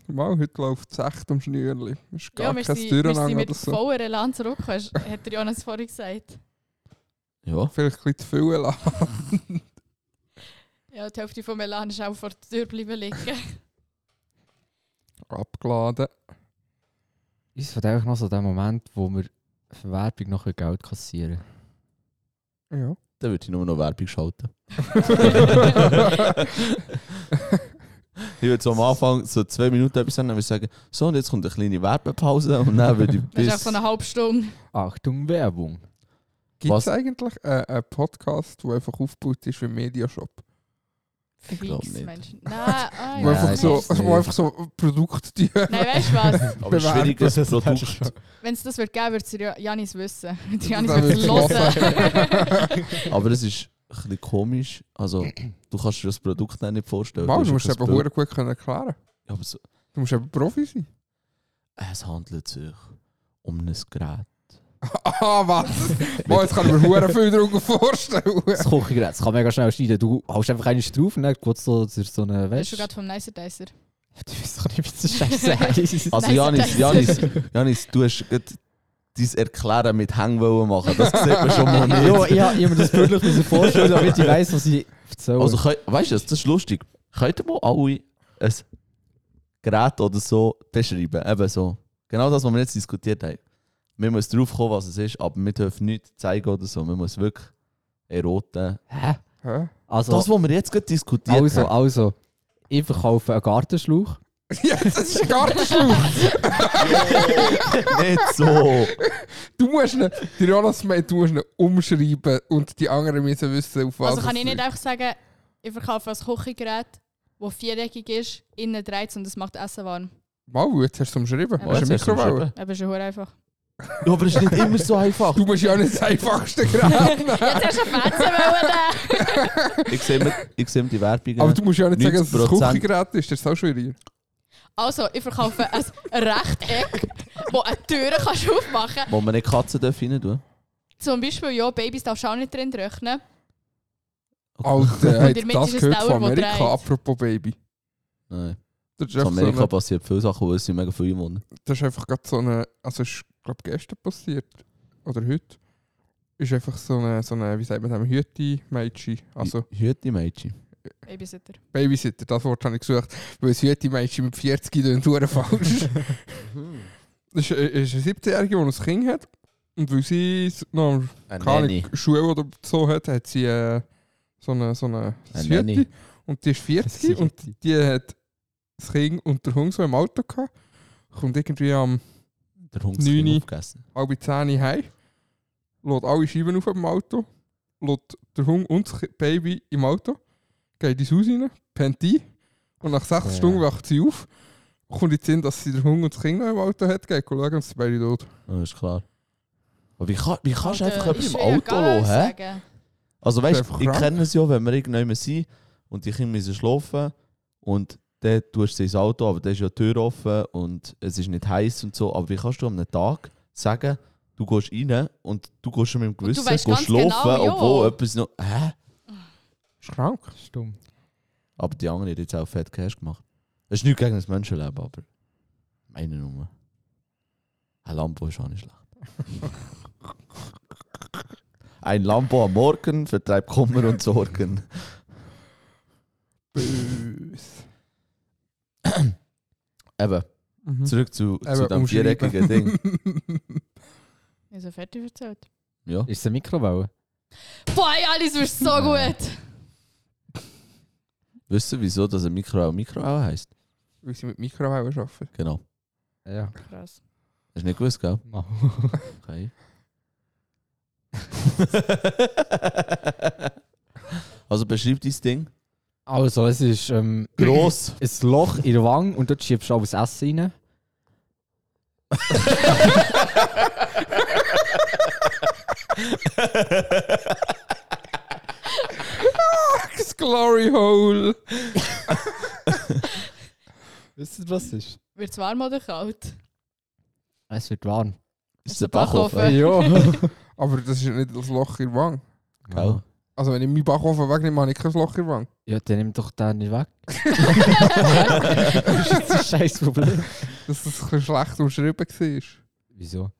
[SPEAKER 3] Wow, heute läuft es echt am Schnürli. Ist
[SPEAKER 4] Ja,
[SPEAKER 3] gar
[SPEAKER 4] wir
[SPEAKER 3] kein
[SPEAKER 4] sind, wir sind
[SPEAKER 3] Türenhang
[SPEAKER 4] mit
[SPEAKER 3] oder so.
[SPEAKER 4] voller Land zurückgekommen, hast- hat der Jonas vorhin gesagt.
[SPEAKER 2] Ja.
[SPEAKER 3] Vielleicht ein bisschen zu viel lassen.
[SPEAKER 4] Ja, die Hälfte von Melan ist auch vor der Tür bleiben liegen.
[SPEAKER 3] Abgeladen.
[SPEAKER 1] Ist von einfach noch so der Moment, wo wir für Werbung noch ein Geld kassieren.
[SPEAKER 3] Ja.
[SPEAKER 2] Dann würde ich nur noch Werbung schalten.
[SPEAKER 4] [LAUGHS]
[SPEAKER 2] ich würde so am Anfang so zwei Minuten etwas sagen, dann würde ich sagen, so und jetzt kommt eine kleine Werbepause und dann würde ich
[SPEAKER 4] Das ist
[SPEAKER 2] [LAUGHS] bis...
[SPEAKER 4] auch so eine halbe Stunde.
[SPEAKER 1] [LAUGHS] Achtung, Werbung.
[SPEAKER 3] Gibt
[SPEAKER 2] Was-
[SPEAKER 3] es eigentlich äh, einen Podcast, der einfach aufgebaut ist wie Mediashop?
[SPEAKER 2] glaub
[SPEAKER 4] Fix,
[SPEAKER 2] nicht.
[SPEAKER 4] Menschen.
[SPEAKER 2] [LAUGHS]
[SPEAKER 4] Nein, ah,
[SPEAKER 1] Ja,
[SPEAKER 3] wo, einfach
[SPEAKER 1] ich
[SPEAKER 3] so,
[SPEAKER 1] weiß nicht.
[SPEAKER 3] wo einfach so Produkte
[SPEAKER 4] Nein, weißt du
[SPEAKER 2] [LAUGHS]
[SPEAKER 4] was?
[SPEAKER 2] aber ein schwieriges
[SPEAKER 1] bewerben.
[SPEAKER 2] Produkt.
[SPEAKER 4] Wenn es das wird geben, würde es der Jo- Janis wissen. [LAUGHS] Die
[SPEAKER 3] Dann
[SPEAKER 4] Janis würde es
[SPEAKER 3] würd's
[SPEAKER 4] hören.
[SPEAKER 2] Aber es ist ein bisschen komisch. Also, du kannst dir das Produkt dann nicht vorstellen.
[SPEAKER 3] Mal, du
[SPEAKER 2] hast
[SPEAKER 3] musst es
[SPEAKER 2] einfach
[SPEAKER 3] eben
[SPEAKER 2] ein Bild.
[SPEAKER 3] hure gut können erklären
[SPEAKER 2] Ja, aber so,
[SPEAKER 3] Du musst eben Profi sein.
[SPEAKER 2] es handelt sich um ein Gerät.
[SPEAKER 3] Ah, was? Mal, jetzt kann ich mir hure viel darunter vorstellen.
[SPEAKER 1] Das Kochgerät, das kann mega schnell schneiden. Du haust einfach einen drauf und dann geht so zu so einer
[SPEAKER 4] [LAUGHS] Das ist
[SPEAKER 1] Wäsche.
[SPEAKER 4] schon gerade vom Nicer Dicer.
[SPEAKER 1] Du weißt doch nicht, was das Scheiße [LAUGHS] heißt.
[SPEAKER 2] Also,
[SPEAKER 4] Nice,
[SPEAKER 2] Janis,
[SPEAKER 4] nice.
[SPEAKER 2] Janis, Janis, du hast gerade dein Erklären mit Hängen wollen machen. Das sieht man schon mal nicht.
[SPEAKER 1] ja, ich habe mir das bildlich müssen vorstellen, damit ich weiß, was ich erzähle.
[SPEAKER 2] Also, könnt- weißt du, das ist lustig. Könnt ihr mal alle ein Gerät oder so beschreiben? Eben so. Genau das, was wir jetzt diskutiert haben. Wir müssen drauf kommen, was es ist, aber wir dürfen nichts zeigen oder so. Wir müssen wirklich eroten.
[SPEAKER 1] Hä?
[SPEAKER 3] Hä?
[SPEAKER 1] also,
[SPEAKER 2] Das, was wir jetzt gerade diskutiert
[SPEAKER 1] [LAUGHS] also,
[SPEAKER 2] haben.
[SPEAKER 1] also, ich verkaufe einen Gartenschlauch.
[SPEAKER 3] [LAUGHS] Ja, das ist ein Gartenschlauch.
[SPEAKER 2] Nicht [LAUGHS] so.
[SPEAKER 3] Du musst ihn, die Jonas meint, du musst ihn umschreiben und die anderen müssen wissen, auf was
[SPEAKER 4] Also kann
[SPEAKER 3] es
[SPEAKER 4] ich nicht
[SPEAKER 3] liegt.
[SPEAKER 4] einfach sagen, ich verkaufe ein Kochgerät, das viereckig ist, innen dreht und es macht Essen warm.
[SPEAKER 3] Mal, jetzt hast du es umschrieben.
[SPEAKER 4] Ja,
[SPEAKER 3] hast du eine
[SPEAKER 2] Jetzt hast du es
[SPEAKER 3] Mikrowelle?
[SPEAKER 2] geschrieben.
[SPEAKER 4] Aber ist ja hure
[SPEAKER 2] [LAUGHS]
[SPEAKER 4] einfach.
[SPEAKER 2] Ja, aber es ist nicht immer so einfach.
[SPEAKER 3] Du musst ja auch nicht das einfachste Gerät nehmen.
[SPEAKER 4] Jetzt hast du einen Fetzen wollen. äh.
[SPEAKER 2] Ich sehe mir, ich sehe mir die Werbung.
[SPEAKER 3] Aber du musst ja auch nicht sagen, dass es ein
[SPEAKER 2] 90%
[SPEAKER 3] Küchengerät ist. Das ist auch schwieriger.
[SPEAKER 4] Also, ich verkaufe ein Rechteck, wo eine Tür kannst du aufmachen kannst.
[SPEAKER 2] wo man nicht Katzen darf rein tun.
[SPEAKER 4] Zum Beispiel, ja, Babys darfst du auch nicht drin rechnen.
[SPEAKER 3] Alter, hat
[SPEAKER 4] damit
[SPEAKER 3] das
[SPEAKER 4] ist es
[SPEAKER 3] gehört von
[SPEAKER 4] Dauer, wo dreht.
[SPEAKER 3] Amerika, apropos Baby.
[SPEAKER 2] Nein.
[SPEAKER 3] Das ist
[SPEAKER 2] In
[SPEAKER 3] einfach so
[SPEAKER 2] Amerika
[SPEAKER 3] eine-
[SPEAKER 2] passiert viele Sachen, wo es sind mega viel wohnen.
[SPEAKER 3] das ist einfach gerade so eine, also ist, glaube gestern passiert, oder heute, ist einfach so eine, so eine wie sagt man das, Hüti-Mädchen, also
[SPEAKER 2] Hüte Mädchen.
[SPEAKER 4] Babysitter.
[SPEAKER 3] Babysitter, das Wort habe ich gesucht, weil ein Hüti-Mädchen mit 40 klingt verdammt falsch. das ist, äh, ist eine 17-Jährige, die ein Kind hat und weil sie s- noch
[SPEAKER 2] Ein
[SPEAKER 3] keine Schule oder so hat, hat sie äh, so eine, so eine
[SPEAKER 2] Eine
[SPEAKER 3] Hüti.
[SPEAKER 2] Nanny.
[SPEAKER 3] und die
[SPEAKER 2] [LAUGHS]
[SPEAKER 3] ist 40 und die hat das Kind und der Hund so im Auto gehabt, kommt irgendwie am
[SPEAKER 2] Der Hund
[SPEAKER 3] Neuni.
[SPEAKER 2] ist aufgegessen.
[SPEAKER 3] halbe Zähne heim, lässt alle Scheiben auf dem Auto, lässt der Hund und das Ki- Baby im Auto, geht ins Haus rein, pennt ein und nach sechs
[SPEAKER 1] Ja.
[SPEAKER 3] Stunden wacht sie auf, kommt jetzt hin, dass sie den Hund und das Kind noch im Auto hat, geht schauen und sie sind beide tot.
[SPEAKER 2] Ja, ist klar. Aber wie, kann, wie kannst du
[SPEAKER 4] Alter,
[SPEAKER 2] einfach jemanden
[SPEAKER 4] äh, ist
[SPEAKER 2] im
[SPEAKER 4] mir
[SPEAKER 2] Auto
[SPEAKER 4] egal,
[SPEAKER 2] lassen? hä?
[SPEAKER 4] sagen.
[SPEAKER 2] Also
[SPEAKER 3] Das ist
[SPEAKER 2] weißt du,
[SPEAKER 3] einfach
[SPEAKER 2] ich
[SPEAKER 3] krank.
[SPEAKER 2] kenne es ja, wenn wir irgendwann sind und die Kinder müssen schlafen und dann tust du sie ins Auto, aber dann ist ja die Tür offen und es ist nicht heiß und so. Aber wie kannst du an einem Tag sagen, du gehst rein und du gehst schon mit dem
[SPEAKER 4] Und du
[SPEAKER 2] Gewissen,
[SPEAKER 4] weisst
[SPEAKER 2] gehst
[SPEAKER 4] ganz
[SPEAKER 2] schlafen,
[SPEAKER 4] genau, ja.
[SPEAKER 2] obwohl etwas noch... Hä?
[SPEAKER 3] Ist krank.
[SPEAKER 1] Stumm.
[SPEAKER 2] Aber die anderen haben jetzt auch fett Cash gemacht. Das ist nichts gegen das Menschenleben, aber... Meine Nummer. Ein Lambo ist auch nicht schlecht.
[SPEAKER 3] [LAUGHS]
[SPEAKER 2] Ein Lambo am Morgen vertreibt Kummer und Sorgen.
[SPEAKER 3] Bös.
[SPEAKER 2] [COUGHS] Eben,
[SPEAKER 4] Hm?
[SPEAKER 3] Mhm.
[SPEAKER 2] zurück zu, zu
[SPEAKER 3] Eben,
[SPEAKER 2] dem
[SPEAKER 3] umschreiben.
[SPEAKER 2] viereckigen Ding.
[SPEAKER 4] [LAUGHS] Ich so fertig erzählt.
[SPEAKER 2] Ja.
[SPEAKER 1] Ist es eine Mikrowelle?
[SPEAKER 4] Boah, ey, Alice, du bist so gut.
[SPEAKER 2] Wisst ihr, wieso dass ein Mikroau Mikroau heisst?
[SPEAKER 3] Weil sie mit Mikrowellen arbeiten.
[SPEAKER 2] Genau.
[SPEAKER 1] Ja.
[SPEAKER 4] Krass.
[SPEAKER 2] Hast du nicht gewusst, gell?
[SPEAKER 1] Mau.
[SPEAKER 2] Okay. also beschreib dein Ding.
[SPEAKER 1] [LAUGHS] Also, es ist ähm,
[SPEAKER 2] Gross.
[SPEAKER 1] [CLEARS THROAT] ein Loch in der Wange und dort schiebst du alles Essen [LAUGHS] rein.
[SPEAKER 3] Das Glory Hole.
[SPEAKER 1] Wisst ihr, was ist?
[SPEAKER 4] Wird es warm oder
[SPEAKER 2] [LAUGHS]
[SPEAKER 4] kalt?
[SPEAKER 1] Es wird warm.
[SPEAKER 2] Ist
[SPEAKER 4] Ist der
[SPEAKER 2] der Backofen.
[SPEAKER 1] [LAUGHS]
[SPEAKER 4] Backofen.
[SPEAKER 1] ja.
[SPEAKER 3] Aber das ist ja nicht das Loch in der Wange.
[SPEAKER 2] Gell?
[SPEAKER 3] Also wenn ich meinen Backofen wegnehme, habe ich kein Loch in der Wange.
[SPEAKER 1] Ja, dann nimm doch den nicht weg. das ist ein scheiß Problem.
[SPEAKER 3] Dass das ein bisschen schlecht umschrieben war.
[SPEAKER 1] Wieso?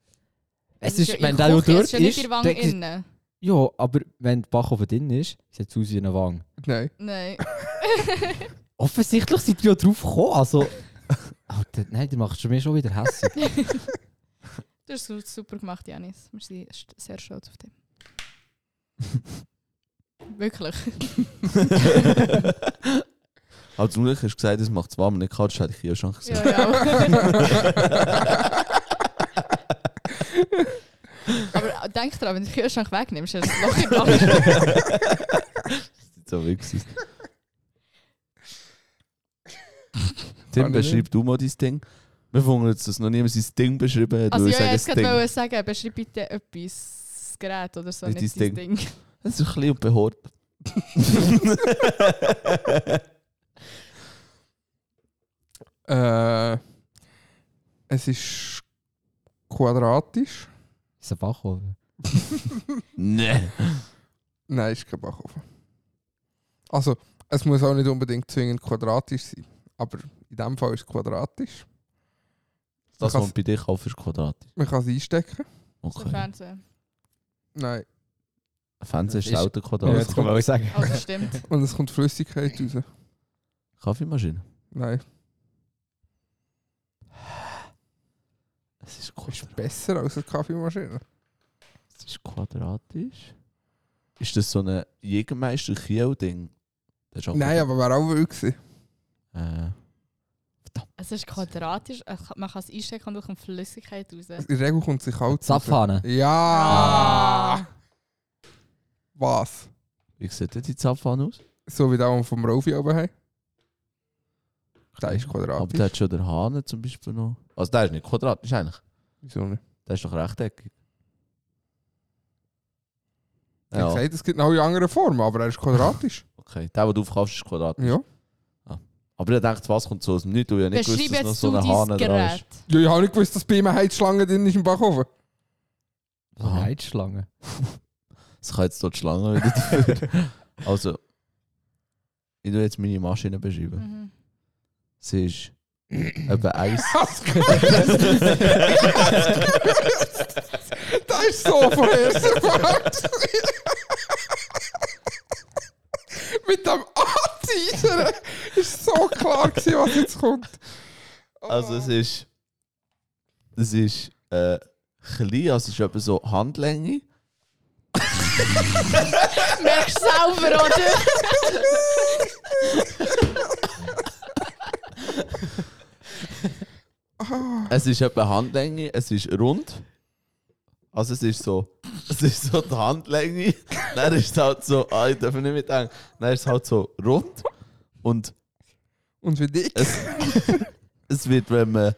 [SPEAKER 4] Es
[SPEAKER 1] Es
[SPEAKER 4] ja
[SPEAKER 1] ist,
[SPEAKER 4] in
[SPEAKER 1] wenn
[SPEAKER 4] der
[SPEAKER 1] der
[SPEAKER 4] Küche, es
[SPEAKER 1] dort
[SPEAKER 4] ist ja
[SPEAKER 1] ist,
[SPEAKER 4] nicht in der Wange
[SPEAKER 1] dann-
[SPEAKER 4] innen.
[SPEAKER 1] ja, aber wenn der Backofen drin ist, sieht es aus wie eine Wange.
[SPEAKER 3] Nein.
[SPEAKER 4] Nein.
[SPEAKER 1] Offensichtlich sind die ja drauf gekommen, [LAUGHS] also... Alter, nein, die machst du mir schon wieder hässlich. [LAUGHS]
[SPEAKER 4] [LAUGHS] Du hast es super gemacht, Janis. Wir sind st- sehr stolz [LAUGHS] auf dich. Wirklich.
[SPEAKER 2] [LAUGHS] Aber Halt, zum Glück hast du gesagt, es macht es warm und nicht kalt. Das hätte ich hier schon gesagt.
[SPEAKER 4] Ja, ja. [LAUGHS] Aber denk dran, wenn du den Kühlschrank wegnimmst, hast du das Loch im Loch.
[SPEAKER 2] [LAUGHS] So
[SPEAKER 4] [LAUGHS]
[SPEAKER 2] wichsig. Tim,
[SPEAKER 3] Kann ich
[SPEAKER 2] beschreib du mal dein Ding. Wir fangen jetzt, dass noch niemand sein Ding beschrieben hat.
[SPEAKER 4] Also
[SPEAKER 2] weil
[SPEAKER 4] ja, ja, ich
[SPEAKER 2] das
[SPEAKER 4] gerade
[SPEAKER 2] Ding.
[SPEAKER 4] wollte sagen, beschreib bitte etwas, das Gerät oder so,
[SPEAKER 2] Nicht
[SPEAKER 4] nicht,
[SPEAKER 2] dein
[SPEAKER 4] dein Ding.
[SPEAKER 2] Es ist ein bisschen behort.
[SPEAKER 4] [LAUGHS]
[SPEAKER 3] Äh, es ist quadratisch.
[SPEAKER 1] ist ein Backofen.
[SPEAKER 2] Nein.
[SPEAKER 3] Nein, ist kein Backofen. Also, es muss auch nicht unbedingt zwingend quadratisch sein. Aber in dem Fall ist es quadratisch.
[SPEAKER 2] Das,
[SPEAKER 3] Krass.
[SPEAKER 2] was bei dir kauft, ist quadratisch.
[SPEAKER 3] Man kann es einstecken.
[SPEAKER 4] So
[SPEAKER 2] Okay.
[SPEAKER 4] Fernsehen.
[SPEAKER 3] Nein.
[SPEAKER 2] Ein Fernseher ist
[SPEAKER 1] Ist-
[SPEAKER 2] lauter
[SPEAKER 1] Ja,
[SPEAKER 2] quadratisch.
[SPEAKER 1] jetzt kann man auch sagen.
[SPEAKER 4] Also [LAUGHS] stimmt.
[SPEAKER 3] Und es kommt Flüssigkeit raus.
[SPEAKER 2] Kaffeemaschine.
[SPEAKER 3] Nein.
[SPEAKER 2] Es ist,
[SPEAKER 3] Ist
[SPEAKER 2] quadratisch.
[SPEAKER 3] besser als eine Kaffeemaschine.
[SPEAKER 2] es ist quadratisch. Ist das so ein Jägermeister Kiel-Ding? Das ist auch
[SPEAKER 3] Nein, aber wäre auch wild gewesen.
[SPEAKER 2] Äh,
[SPEAKER 4] Es ist quadratisch, äh, man kann es einstecken und dann kommt Flüssigkeit raus.
[SPEAKER 3] In der Regel kommt sie kalt raus.
[SPEAKER 1] Zapfhahn.
[SPEAKER 2] Ah.
[SPEAKER 3] Ja!
[SPEAKER 4] Ah.
[SPEAKER 3] Was?
[SPEAKER 2] wie sieht denn die Zapfhahn aus?
[SPEAKER 3] So wie der, den wir vom Rofi oben haben. Der ist
[SPEAKER 2] Aber der
[SPEAKER 3] quadratisch.
[SPEAKER 2] hat schon der Hahn zum Beispiel noch. Also der ist nicht quadratisch eigentlich.
[SPEAKER 3] Wieso nicht?
[SPEAKER 2] Der ist doch rechteckig.
[SPEAKER 3] Ich habe gesagt, es gibt noch eine andere Form, aber er ist quadratisch.
[SPEAKER 2] okay. Der, den du aufkaufst, ist quadratisch.
[SPEAKER 3] ja.
[SPEAKER 2] Aber ich dachte, was kommt so aus dem Nichts? Du ja nicht
[SPEAKER 4] Beschreib
[SPEAKER 2] gewusst, dass noch
[SPEAKER 4] jetzt
[SPEAKER 2] so
[SPEAKER 4] du
[SPEAKER 2] ein Hahn
[SPEAKER 4] dein
[SPEAKER 2] dran ist.
[SPEAKER 4] Gerät.
[SPEAKER 3] ja. Ich habe nicht gewusst, dass bei ihm eine Heizschlange drin ist im Backofen. [LAUGHS]
[SPEAKER 1] Eine Heizschlange.
[SPEAKER 2] Es kann jetzt dort die Schlange
[SPEAKER 3] [LAUGHS]
[SPEAKER 2] wieder dafür. also, ich tue jetzt meine Maschine beschreiben.
[SPEAKER 4] Mhm.
[SPEAKER 2] Sie ist [CLEARS THROAT] etwa eins.
[SPEAKER 3] Das ist so vorhersehbar. [LAUGHS] Mit dem Anteasern ist so klar gewesen, was jetzt kommt.
[SPEAKER 2] Also es ist. Es ist äh, klein, also es ist etwa so Handlänge.
[SPEAKER 4] Merkst du selber, [LAUGHS] oder?
[SPEAKER 2] Es ist etwa Handlänge, es ist rund. Also es ist so. [LAUGHS] Es ist so die Handlänge. Dann ist es halt so, ah, ich darf nicht mitdenken. Dann ist es halt so rund. Und
[SPEAKER 3] Und für dich?
[SPEAKER 2] Es, es wird, wenn man.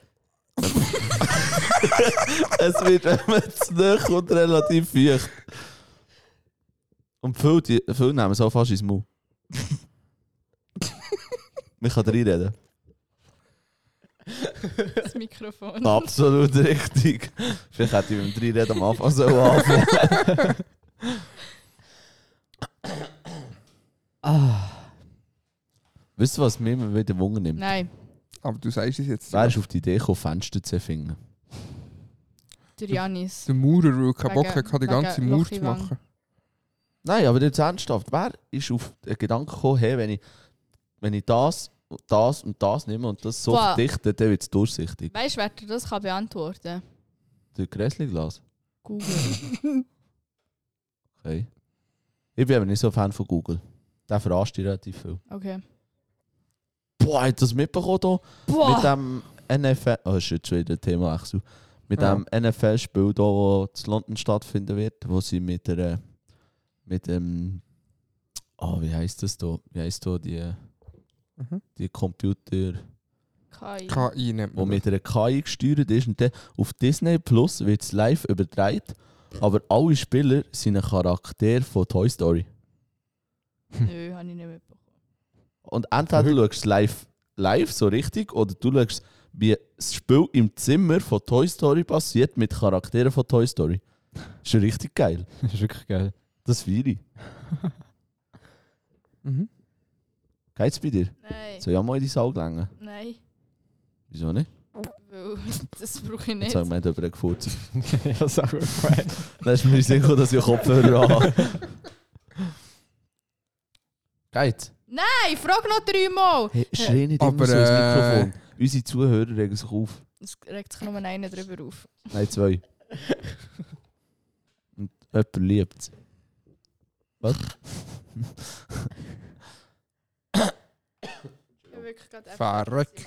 [SPEAKER 2] es wird, wenn man zu nahe kommt, relativ feucht. Und viele, die, viele nehmen es auch fast ins Maul. Man kann reinreden.
[SPEAKER 4] das Mikrofon.
[SPEAKER 2] Absolut richtig. Vielleicht hätte ich mit dem Reinreden am Anfang so anfangen. Ah. Wisst ihr, was mir immer wieder Wunder nimmt?
[SPEAKER 4] Nein,
[SPEAKER 3] Aber du sagst es jetzt.
[SPEAKER 2] Wer ist auf die Idee gekommen, Fenster zu erfinden?
[SPEAKER 4] der Janis.
[SPEAKER 3] Der Maurer, weil keinen Bock
[SPEAKER 4] Wegen-
[SPEAKER 3] hatte, die
[SPEAKER 4] wegen
[SPEAKER 3] ganze Mauer zu
[SPEAKER 4] Lochiwang.
[SPEAKER 3] machen.
[SPEAKER 2] Nein, aber jetzt ernsthaft, wer ist auf den Gedanken gekommen, hey, wenn ich, wenn ich das, und das und das nehme und das so
[SPEAKER 4] Boah.
[SPEAKER 2] verdichte, dann wird es durchsichtig.
[SPEAKER 4] Weißt du, wer dir das kann beantworten kann?
[SPEAKER 2] Der Gräsli-Glas.
[SPEAKER 4] Google.
[SPEAKER 2] Okay. Ich bin aber nicht so ein Fan von Google. Der verarscht dich relativ viel.
[SPEAKER 4] Okay.
[SPEAKER 2] Boah, hat das mitbekommen hier?
[SPEAKER 4] Boah!
[SPEAKER 2] Mit dem NFL. Oh, ist jetzt schon wieder ein Thema. so. Mit
[SPEAKER 3] Ja.
[SPEAKER 2] dem NFL-Spiel, hier, das in London stattfinden wird, wo sie mit der. Mit dem. Oh, wie heißt das da? Wie heißt da die,
[SPEAKER 3] Mhm.
[SPEAKER 2] die Computer,
[SPEAKER 4] KI.
[SPEAKER 3] KI nennt
[SPEAKER 2] wo
[SPEAKER 3] man. das.
[SPEAKER 2] mit einer KI gesteuert ist? Und dann auf Disney Plus wird es live übertragen, aber alle Spieler sind ein Charakter von Toy Story.
[SPEAKER 4] Nö, habe ich nicht mitbekommen.
[SPEAKER 2] Und entweder du schaust live, live so richtig oder du schaust, wie das Spiel im Zimmer von Toy Story passiert mit Charakteren von Toy Story. Ist ja richtig geil.
[SPEAKER 1] [LAUGHS] Das ist wirklich geil.
[SPEAKER 2] Das feiere ich.
[SPEAKER 3] Mhm.
[SPEAKER 2] Geht's bei dir?
[SPEAKER 4] Nein,
[SPEAKER 2] Soll ich auch mal in die Saal gelangen?
[SPEAKER 4] nein.
[SPEAKER 2] Wieso nicht?
[SPEAKER 4] Weil, das brauche ich
[SPEAKER 2] Jetzt
[SPEAKER 4] nicht.
[SPEAKER 2] haben wir über den gefurzt.
[SPEAKER 1] ich hab's auch gefreut.
[SPEAKER 2] Dann ist mir sicher, dass ich Kopfhörer habe. Geht's?
[SPEAKER 4] Nein, frag noch dreimal!
[SPEAKER 2] Hey, schrei nicht
[SPEAKER 3] Aber,
[SPEAKER 2] immer so ins
[SPEAKER 3] äh,
[SPEAKER 2] Mikrofon. Unsere Zuhörer regen sich auf.
[SPEAKER 4] Es regt sich nur einer drüber auf.
[SPEAKER 2] Nein, [LAUGHS] zwei. Und jemand liebt's. Was?
[SPEAKER 4] Ich habe wirklich gerade
[SPEAKER 3] Verrückt.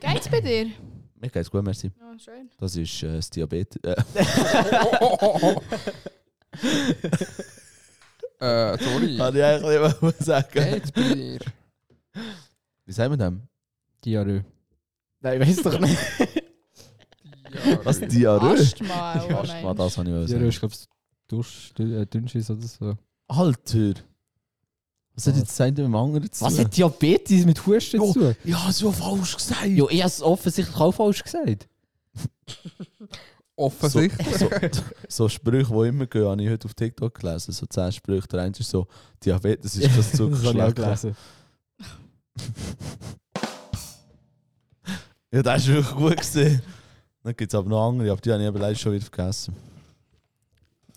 [SPEAKER 4] Geht's bei dir?
[SPEAKER 2] Mir geht's gut, merci.
[SPEAKER 4] Ja, schön.
[SPEAKER 2] Das ist äh, das Diabetes. [LAUGHS] Äh,
[SPEAKER 3] Oh, oh, oh, oh. [LAUGHS] äh, sorry.
[SPEAKER 1] Ah,
[SPEAKER 2] kann ich eigentlich nicht mehr sagen.
[SPEAKER 3] Geht's
[SPEAKER 1] [LAUGHS]
[SPEAKER 3] bei dir?
[SPEAKER 2] Wie sagen wir dem?
[SPEAKER 1] [LAUGHS] Diarrhoe. Nein, ich weiß doch nicht.
[SPEAKER 3] Ja,
[SPEAKER 2] Was?
[SPEAKER 3] Rü.
[SPEAKER 2] Diarrhoe?
[SPEAKER 4] Asthma, oh
[SPEAKER 2] Asthma,
[SPEAKER 4] nein.
[SPEAKER 2] das habe
[SPEAKER 1] Diarrhoe
[SPEAKER 2] ich mal
[SPEAKER 1] ist, glaube ich, Durst, äh, Dünnschiss oder so.
[SPEAKER 2] Alter! Was hat jetzt das eine mit dem anderen zu tun?
[SPEAKER 1] Diabetes mit Husten
[SPEAKER 2] Jo.
[SPEAKER 1] tun?
[SPEAKER 2] Ja, so falsch gesagt!
[SPEAKER 1] Ja, ich hab's offensichtlich auch falsch gesagt.
[SPEAKER 2] So,
[SPEAKER 3] Offensichtlich.
[SPEAKER 2] so, so Sprüche, die immer gehen, habe ich heute auf TikTok gelesen. So 10 Sprüche. Der eine ist so, Diabetes ist
[SPEAKER 1] [LAUGHS]
[SPEAKER 2] das Zuckerschlag. [LAUGHS] ja, das ist wirklich gut gesehen. Dann gibt es aber noch andere, aber die habe ich eben leider schon wieder vergessen.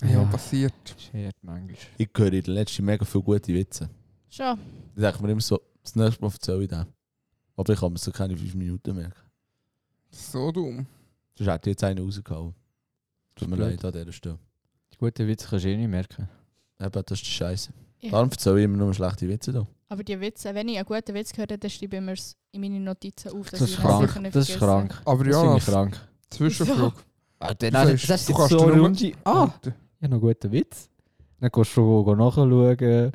[SPEAKER 3] Ja,
[SPEAKER 1] Ja.
[SPEAKER 3] passiert.
[SPEAKER 1] Schert manchmal.
[SPEAKER 2] Ich höre in den letzten mega viele gute Witze.
[SPEAKER 4] Schon.
[SPEAKER 2] Ich denke mir immer so, das nächste Mal erzähle ich den. Aber ich kann mir so keine 5 Minuten merken.
[SPEAKER 3] So dumm.
[SPEAKER 2] Sonst hätte ich jetzt einen rausgehauen. Tut mir
[SPEAKER 1] Blöd.
[SPEAKER 2] leid an dieser Stelle.
[SPEAKER 1] Die guten Witze kannst du eh nicht merken.
[SPEAKER 2] Eben, das ist die Scheiße.
[SPEAKER 4] Ja.
[SPEAKER 2] Darum erzähle ich immer nur schlechte Witze da.
[SPEAKER 4] Aber die eh, Witze, wenn ich einen guten Witz höre, dann schreibe ich mir in meine Notizen auf. dass
[SPEAKER 1] Das ist
[SPEAKER 4] ich ihn sicher
[SPEAKER 1] krank.
[SPEAKER 4] nicht
[SPEAKER 1] Das ist
[SPEAKER 4] vergesse.
[SPEAKER 1] krank.
[SPEAKER 3] Aber
[SPEAKER 1] Das finde
[SPEAKER 3] ja,
[SPEAKER 1] ich krank.
[SPEAKER 3] Zwischenfrage.
[SPEAKER 1] Alter,
[SPEAKER 3] Du sagst, du kannst dir nur-
[SPEAKER 1] Ah, ich habe noch einen guten Witz. Dann gehst du go- go nachschauen.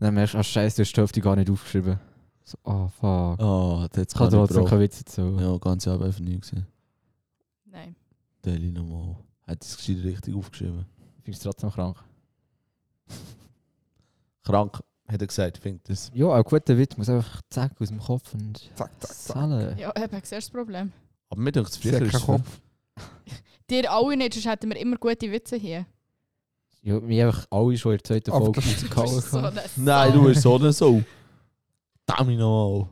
[SPEAKER 1] Dann merkst du, ah scheiße, du hast die Hälfte gar nicht aufgeschrieben. So, ah fuck.
[SPEAKER 2] Oh, jetzt
[SPEAKER 1] Ich kann
[SPEAKER 2] kann ich
[SPEAKER 1] trotzdem
[SPEAKER 2] brauchen.
[SPEAKER 1] keinen Witz dazu.
[SPEAKER 2] Ja, ganz Abend einfach nie gesehen.
[SPEAKER 4] Nein.
[SPEAKER 2] Teile ich nochmal. Hat es gescheit richtig aufgeschrieben.
[SPEAKER 1] Ich finde es trotzdem krank.
[SPEAKER 2] Krank, hat er gesagt, findet es.
[SPEAKER 1] Ja, ein guter Witz muss einfach zack aus dem Kopf und
[SPEAKER 3] Zack, zack, zack.
[SPEAKER 1] zahlen.
[SPEAKER 4] Ja, eben, siehst du das Problem?
[SPEAKER 2] Aber mir denkt es
[SPEAKER 3] Sie hat
[SPEAKER 2] früher ist
[SPEAKER 3] keinen Kopf.
[SPEAKER 4] Dir alle nicht, sonst hätten wir immer gute Witze hier.
[SPEAKER 1] Ja, wir haben einfach alle schon in der zweiten
[SPEAKER 3] Aber
[SPEAKER 1] Folge
[SPEAKER 3] das-
[SPEAKER 4] Das ist so
[SPEAKER 1] rausgehauen.
[SPEAKER 4] eine
[SPEAKER 2] Nein, du bist so oder so. Dammi nochmal.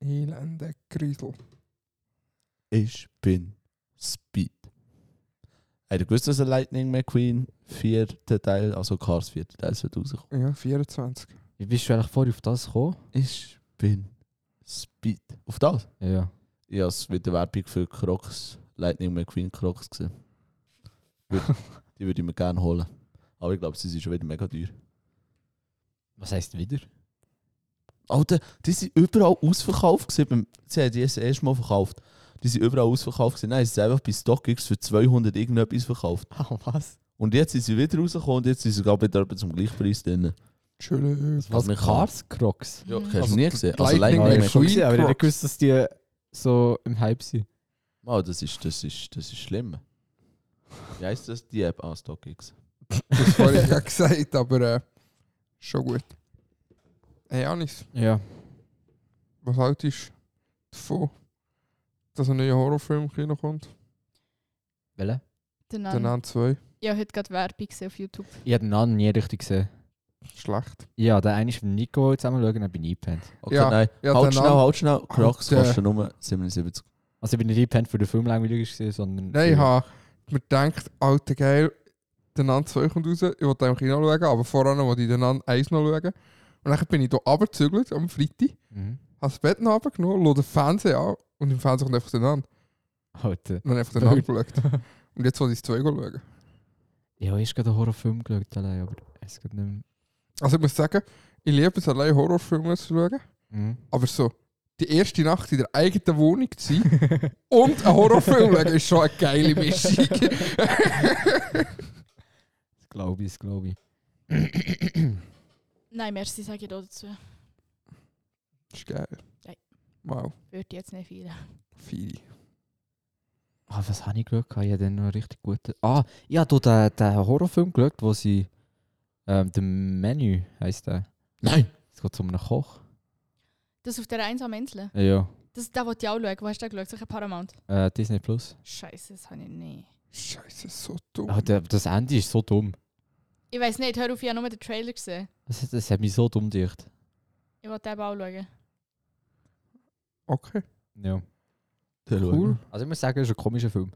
[SPEAKER 3] Elende Grisel.
[SPEAKER 2] Ich bin Speed. Habt ihr gewusst, dass ein Lightning McQueen vierter Teil, also Cars vierter Teil, wird rauskommen?
[SPEAKER 3] Ja, 24.
[SPEAKER 1] Wie bist du eigentlich vorher auf das gekommen?
[SPEAKER 2] Ich bin Speed. Auf das?
[SPEAKER 1] Ja, ja.
[SPEAKER 2] Ich habe es mit der Werbung für Crocs, Lightning McQueen Crocs gesehen.
[SPEAKER 1] [LAUGHS]
[SPEAKER 2] Gut, Die würde ich mir gerne holen. Aber ich glaube, sie sind schon wieder mega teuer.
[SPEAKER 1] Was heisst wieder?
[SPEAKER 2] Alter, die sind überall ausverkauft gewesen. beim- Sie haben die das erste Mal verkauft. Die sind überall ausverkauft gewesen. Nein, sie sind einfach bei StockX für 200 irgendetwas verkauft.
[SPEAKER 1] Ah, [LAUGHS] was?
[SPEAKER 2] Und jetzt sind sie wieder rausgekommen und jetzt sind sie gerade wieder etwa zum Gleichpreis drin.
[SPEAKER 3] Schön.
[SPEAKER 1] Was?
[SPEAKER 2] man kann-
[SPEAKER 1] Cars Crocs?
[SPEAKER 2] Ja,
[SPEAKER 4] Mhm.
[SPEAKER 2] hast du
[SPEAKER 3] Also,
[SPEAKER 2] nie gesehen. Also
[SPEAKER 3] Lightning
[SPEAKER 2] Lightning
[SPEAKER 3] McQueen.
[SPEAKER 2] McQueen.
[SPEAKER 3] schon gesehen, aber ich
[SPEAKER 1] aber ich
[SPEAKER 3] hab nicht
[SPEAKER 1] gewusst, dass die so im Hype sind.
[SPEAKER 2] Oh, das ist, das ist, das ist schlimm. Wie heisst das, die App? Ah, StockX.
[SPEAKER 3] Das habe ich ja [LAUGHS] gesagt, aber äh, schon gut. Hey Anis,
[SPEAKER 1] Ja.
[SPEAKER 3] was haltest du davon, dass ein neuer Horrorfilm im Kino kommt?
[SPEAKER 1] Welche?
[SPEAKER 4] Der
[SPEAKER 3] Der
[SPEAKER 4] Nan.
[SPEAKER 3] Nan 2.
[SPEAKER 4] Ich habe heute gerade Werbung gesehen auf YouTube.
[SPEAKER 1] Ich habe den anderen nie richtig gesehen.
[SPEAKER 3] Schlecht.
[SPEAKER 1] Ja, der eine ist mit Nico zusammen schauen, dann bin ich eingepennt.
[SPEAKER 2] Okay,
[SPEAKER 3] Ja,
[SPEAKER 2] nein.
[SPEAKER 3] ja, der
[SPEAKER 2] halt schnell,
[SPEAKER 3] Name-
[SPEAKER 2] halt schnell. Crocs
[SPEAKER 3] Alter.
[SPEAKER 2] kosten nur 77.
[SPEAKER 1] Also ich bin nicht eingepennt, weil der Film langweilig war, sondern...
[SPEAKER 3] Nein, ich habe mir gedacht, alter geil, der Nan 2 kommt raus, ich wollte im Kino schauen, aber vorher wollte ich den Nan 1 noch schauen. Und dann bin ich hier runtergezügelt am Freitag,
[SPEAKER 1] Mhm.
[SPEAKER 3] habe das Bett noch runtergenommen, schaue den Fernseher an und im Fernseher kommt einfach der Nan.
[SPEAKER 1] Alter.
[SPEAKER 3] Und dann einfach
[SPEAKER 2] [LAUGHS]
[SPEAKER 3] den Nan geschaut. Und jetzt wollte ich das 2 schauen.
[SPEAKER 1] Ich habe erst gerade einen Horrorfilm geschaut allein, aber es geht nicht mehr.
[SPEAKER 3] Also ich muss sagen, ich liebe es allein Horrorfilme zu schauen,
[SPEAKER 1] Mhm.
[SPEAKER 3] aber so die erste Nacht in der eigenen Wohnung zu sein und einen Horrorfilm schauen, ist schon eine geile Mischung.
[SPEAKER 1] Das glaube ich, das glaube ich.
[SPEAKER 4] Nein, merci, sage ich da dazu.
[SPEAKER 3] ist geil.
[SPEAKER 4] Geil.
[SPEAKER 3] Wow,
[SPEAKER 4] Würde ich jetzt nicht viel.
[SPEAKER 3] viel.
[SPEAKER 1] Ah, was habe ich geschaut? Ich habe dann noch einen richtig guten... Ah, ich habe hier den, den Horrorfilm geschaut, wo sie... Ähm, «The Menü» heisst der.
[SPEAKER 2] Nein!
[SPEAKER 1] Es geht um einen Koch. Äh,
[SPEAKER 4] Das auf der einsamen Insel.
[SPEAKER 1] Ja.
[SPEAKER 4] Das ist der, den ich auch schaue. Wo hast du den geschaut? Sicher Paramount.
[SPEAKER 1] Äh, Disney Plus.
[SPEAKER 4] Scheiße, das habe ich nicht.
[SPEAKER 3] Scheiße, so dumm.
[SPEAKER 1] Ah, der, das Ende ist so dumm.
[SPEAKER 4] Ich weiß nicht, hör auf, ich habe nur den Trailer gesehen.
[SPEAKER 1] Das, hat- das hat mich so dumm dicht.
[SPEAKER 4] Ich wollte den auch schauen.
[SPEAKER 3] Okay.
[SPEAKER 1] Ja.
[SPEAKER 3] Cool.
[SPEAKER 1] Also ich muss sagen, es ist ein komischer Film.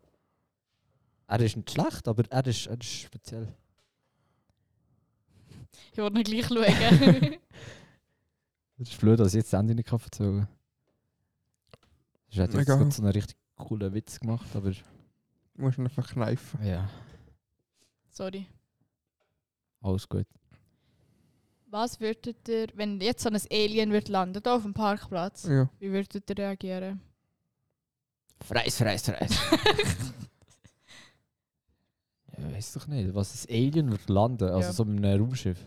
[SPEAKER 1] Er ist nicht schlecht, aber er ist, er ist speziell.
[SPEAKER 4] Ich wollte ihn gleich schauen. [LAUGHS]
[SPEAKER 1] Es ist blöd, dass ich jetzt das Ende nicht kann erzählen kann. Ich hätte jetzt
[SPEAKER 3] Egal.
[SPEAKER 1] gerade so einen richtig coolen Witz gemacht, aber...
[SPEAKER 3] Du musst ihn einfach kneifen.
[SPEAKER 1] Ja.
[SPEAKER 4] Sorry.
[SPEAKER 1] Alles gut.
[SPEAKER 4] Was würdet ihr, wenn jetzt so ein Alien wird landen, hier auf dem Parkplatz,
[SPEAKER 3] Ja.
[SPEAKER 4] wie würdet ihr reagieren? [LAUGHS]
[SPEAKER 1] Freis, freis, freis. ja, weiß doch nicht, was ein Alien wird landen, also
[SPEAKER 4] Ja.
[SPEAKER 1] so mit einem Raumschiff.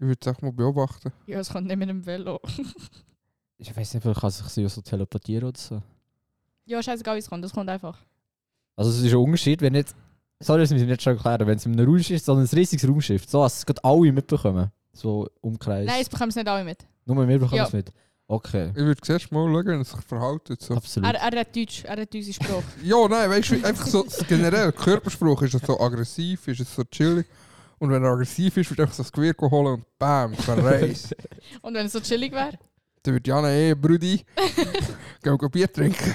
[SPEAKER 3] Ich würde es echt mal beobachten.
[SPEAKER 4] ja, es kommt nicht mit dem Velo.
[SPEAKER 1] Ich weiß nicht, vielleicht kann sich so- so teleportieren oder so.
[SPEAKER 4] ja, scheißegal, wie es kommt, das kommt einfach.
[SPEAKER 1] Also es ist ein Unterschied, wenn jetzt... Sorry, das muss ich nicht schon erklären. Wenn es mit einem Raumschiff ist, sondern ein riesiges Raumschiff. So, dass es gerade alle mitbekommen. So umkreis.
[SPEAKER 4] Nein, es bekommen es nicht alle mit.
[SPEAKER 1] Nur wir bekommen
[SPEAKER 4] Ja.
[SPEAKER 1] es mit. Okay,
[SPEAKER 3] Ich würde zuerst mal schauen, wenn es sich verhält. So.
[SPEAKER 1] absolut.
[SPEAKER 4] Er, er redet Deutsch, er redet
[SPEAKER 3] [LAUGHS]
[SPEAKER 4] unsere Sprache.
[SPEAKER 3] Ja, nein, weißt du, einfach so das generell Körperspruch, ist es so aggressiv, ist es so chillig. Und wenn er aggressiv ist, wird einfach so das Gewehr holen und
[SPEAKER 1] [LAUGHS]
[SPEAKER 3] bam, verreist.
[SPEAKER 4] Und wenn es so chillig wäre?
[SPEAKER 3] dann wird Jana eh, Brudi, gehen wir Bier [LAUGHS] trinken.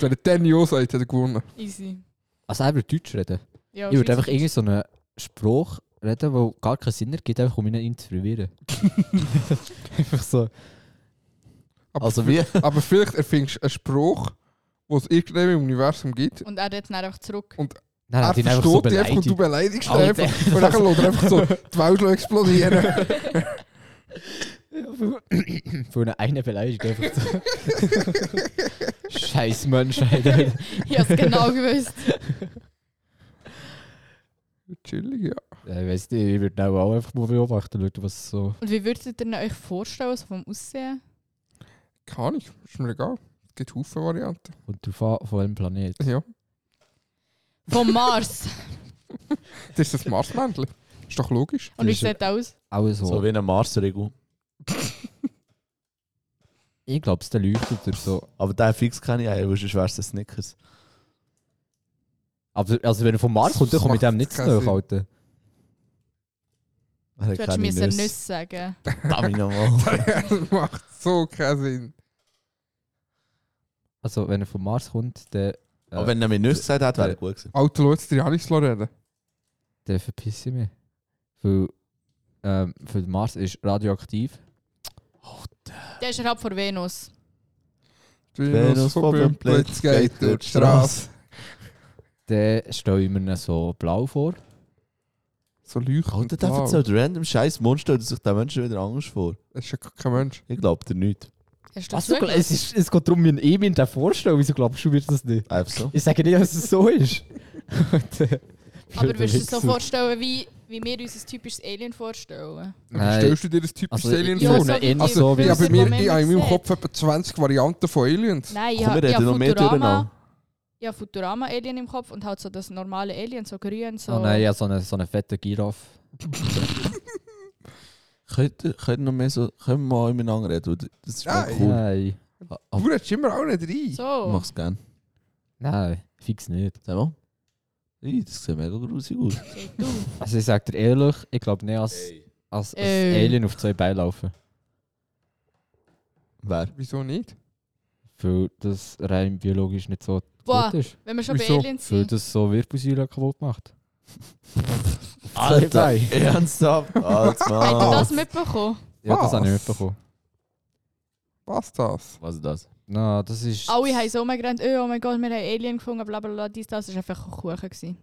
[SPEAKER 3] Wenn er dann Ja sagt, hat er gewonnen.
[SPEAKER 4] Easy.
[SPEAKER 1] Also er würde Deutsch reden.
[SPEAKER 4] Ja,
[SPEAKER 1] ich würde einfach
[SPEAKER 4] Schweizerdeutsch.
[SPEAKER 1] irgendwie so einen Spruch reden, der gar keinen Sinn ergibt, einfach um ihn ihn zu
[SPEAKER 3] [LAUGHS]
[SPEAKER 1] verwirren. einfach so.
[SPEAKER 3] Aber,
[SPEAKER 2] Also wie?
[SPEAKER 3] [LAUGHS] aber vielleicht erfindest du einen Spruch, den es irgendwann im Universum gibt.
[SPEAKER 4] Und er redet dann einfach zurück.
[SPEAKER 1] Nein, er
[SPEAKER 3] er
[SPEAKER 1] hat ihn einfach so
[SPEAKER 3] versteht dich einfach und du
[SPEAKER 1] beleidigt.
[SPEAKER 3] beleidigst ihn
[SPEAKER 1] Alter.
[SPEAKER 3] einfach. Und dann lässt er einfach so
[SPEAKER 1] [LAUGHS]
[SPEAKER 3] die Welt [LAUGHS] explodieren.
[SPEAKER 1] Für eine eine beleidigt einfach so. Scheiß Menschheit.
[SPEAKER 3] [LAUGHS]
[SPEAKER 1] Alter.
[SPEAKER 4] Ich habe es genau gewusst.
[SPEAKER 3] Chillig, ja.
[SPEAKER 1] Ja, ich weiß nicht, ich würde auch einfach mal beobachten, Leute, was so.
[SPEAKER 4] Und wie würdet ihr euch vorstellen, so vom Aussehen?
[SPEAKER 3] Kann ich, ist mir egal. Es gibt Haufen Varianten.
[SPEAKER 1] Und drauf an, von welchem Planet.
[SPEAKER 3] Ja.
[SPEAKER 4] Vom Mars.
[SPEAKER 3] Das ist das Marsmännchen. Ist doch logisch.
[SPEAKER 4] Und wie
[SPEAKER 1] Das ist-
[SPEAKER 4] sieht er aus?
[SPEAKER 1] Auch so.
[SPEAKER 2] So wie eine Marsregel.
[SPEAKER 1] ich glaube, es der leuchtet oder so.
[SPEAKER 2] Aber den fix kann ich auch, weil sonst wär's ein Snickers.
[SPEAKER 1] Aber also wenn er vom Mars kommt, dann
[SPEAKER 3] Das
[SPEAKER 1] komme ich
[SPEAKER 3] macht
[SPEAKER 1] dem nicht zu
[SPEAKER 3] keinen
[SPEAKER 1] nahe,
[SPEAKER 3] Sinn.
[SPEAKER 1] Alter.
[SPEAKER 2] Er
[SPEAKER 4] Du hättest mir Nüsse. Nüsse sagen.
[SPEAKER 2] Darf
[SPEAKER 3] [LAUGHS]
[SPEAKER 2] ich nochmal?
[SPEAKER 3] [LAUGHS] das macht so keinen Sinn.
[SPEAKER 1] Also wenn er vom Mars kommt, dann,
[SPEAKER 2] Aber wenn er mir Nüsse gesagt hat, wäre er gut gewesen.
[SPEAKER 3] Alter, schau jetzt dir Janis reden.
[SPEAKER 1] dann verpisse ich mich. Weil ähm, für den Mars ist radioaktiv.
[SPEAKER 4] Der ist halt von Venus.
[SPEAKER 3] Venus von Bümplitz geht durch die Straße.
[SPEAKER 1] Dann stelle ich mir ihn so blau vor.
[SPEAKER 3] So leuchtend
[SPEAKER 2] Alter, der
[SPEAKER 3] blau.
[SPEAKER 2] erzählt random scheiß Mund, stellt sich den Menschen wieder Angst vor.
[SPEAKER 3] Das ist ja gar kein Mensch.
[SPEAKER 2] Ich glaub dir nicht.
[SPEAKER 4] Hast du
[SPEAKER 1] Was
[SPEAKER 4] das
[SPEAKER 1] du,
[SPEAKER 4] wirklich?
[SPEAKER 1] es, ist, es geht darum, wie ein Emin den vorstellen. Wieso glaubst du mir das nicht?
[SPEAKER 2] Einfach so.
[SPEAKER 1] Ich sage nicht, dass es so
[SPEAKER 4] [LAUGHS]
[SPEAKER 1] ist. äh,
[SPEAKER 4] Aber würdest du es so vorstellen, wie, wie wir uns ein typisches Alien vorstellen?
[SPEAKER 3] Wie stellst du dir das typische
[SPEAKER 1] also,
[SPEAKER 3] Alien
[SPEAKER 1] ich- Ja,
[SPEAKER 3] vor?
[SPEAKER 1] so wie-
[SPEAKER 3] also,
[SPEAKER 1] so wie-
[SPEAKER 3] ja, bei
[SPEAKER 1] wie-
[SPEAKER 3] mir, ich habe in meinem
[SPEAKER 4] gesehen.
[SPEAKER 3] Kopf etwa 20 Varianten von Aliens.
[SPEAKER 4] Nein, ich
[SPEAKER 2] Komm, wir
[SPEAKER 4] habe
[SPEAKER 2] reden noch mehr
[SPEAKER 4] Futurama.
[SPEAKER 2] durcheinander.
[SPEAKER 4] ja Futurama-Alien im Kopf und halt so das normale Alien, so grün, so.
[SPEAKER 2] Ah,
[SPEAKER 1] Oh nein, ja, so eine, so eine fette Giraffe.
[SPEAKER 2] [LAUGHS] Könnt ihr könnt ihr noch mehr so, können wir mal miteinander reden? weil Das ist
[SPEAKER 3] Ja,
[SPEAKER 2] voll cool.
[SPEAKER 1] Nein.
[SPEAKER 2] Ah, ah,
[SPEAKER 3] Du redest immer auch nicht rein.
[SPEAKER 2] Ich
[SPEAKER 4] So.
[SPEAKER 2] mach's gerne.
[SPEAKER 1] Nein, fix nicht.
[SPEAKER 2] Sag mal. Ih, das sieht mega grusig aus.
[SPEAKER 4] Okay, du.
[SPEAKER 1] Also ich sag dir ehrlich, ich glaube nicht, als, als, als
[SPEAKER 4] Ey.
[SPEAKER 1] Alien auf zwei Beinen laufen.
[SPEAKER 2] Wer?
[SPEAKER 3] Wieso nicht?
[SPEAKER 1] Weil das rein biologisch nicht so
[SPEAKER 4] Boah,
[SPEAKER 1] gut ist.
[SPEAKER 4] wenn wir schon bei
[SPEAKER 3] Wieso?
[SPEAKER 4] Aliens
[SPEAKER 1] Weil
[SPEAKER 4] sind.
[SPEAKER 1] das so Wirbelsäule kaputt macht.
[SPEAKER 2] Alter,
[SPEAKER 1] Zwei Beine.
[SPEAKER 2] ernsthaft? Als
[SPEAKER 4] Habt ihr das
[SPEAKER 2] Mann.
[SPEAKER 4] mitbekommen?
[SPEAKER 1] Ja, das habe ich
[SPEAKER 3] Was?
[SPEAKER 1] mitbekommen.
[SPEAKER 3] Was das?
[SPEAKER 2] Was ist das?
[SPEAKER 1] Nein, das ist...
[SPEAKER 4] Alle haben so rumgerannt, oh, oh mein Gott, wir haben Alien gefunden, bla bla bla, dies, das. Das war einfach ein Kuchen. Gewesen.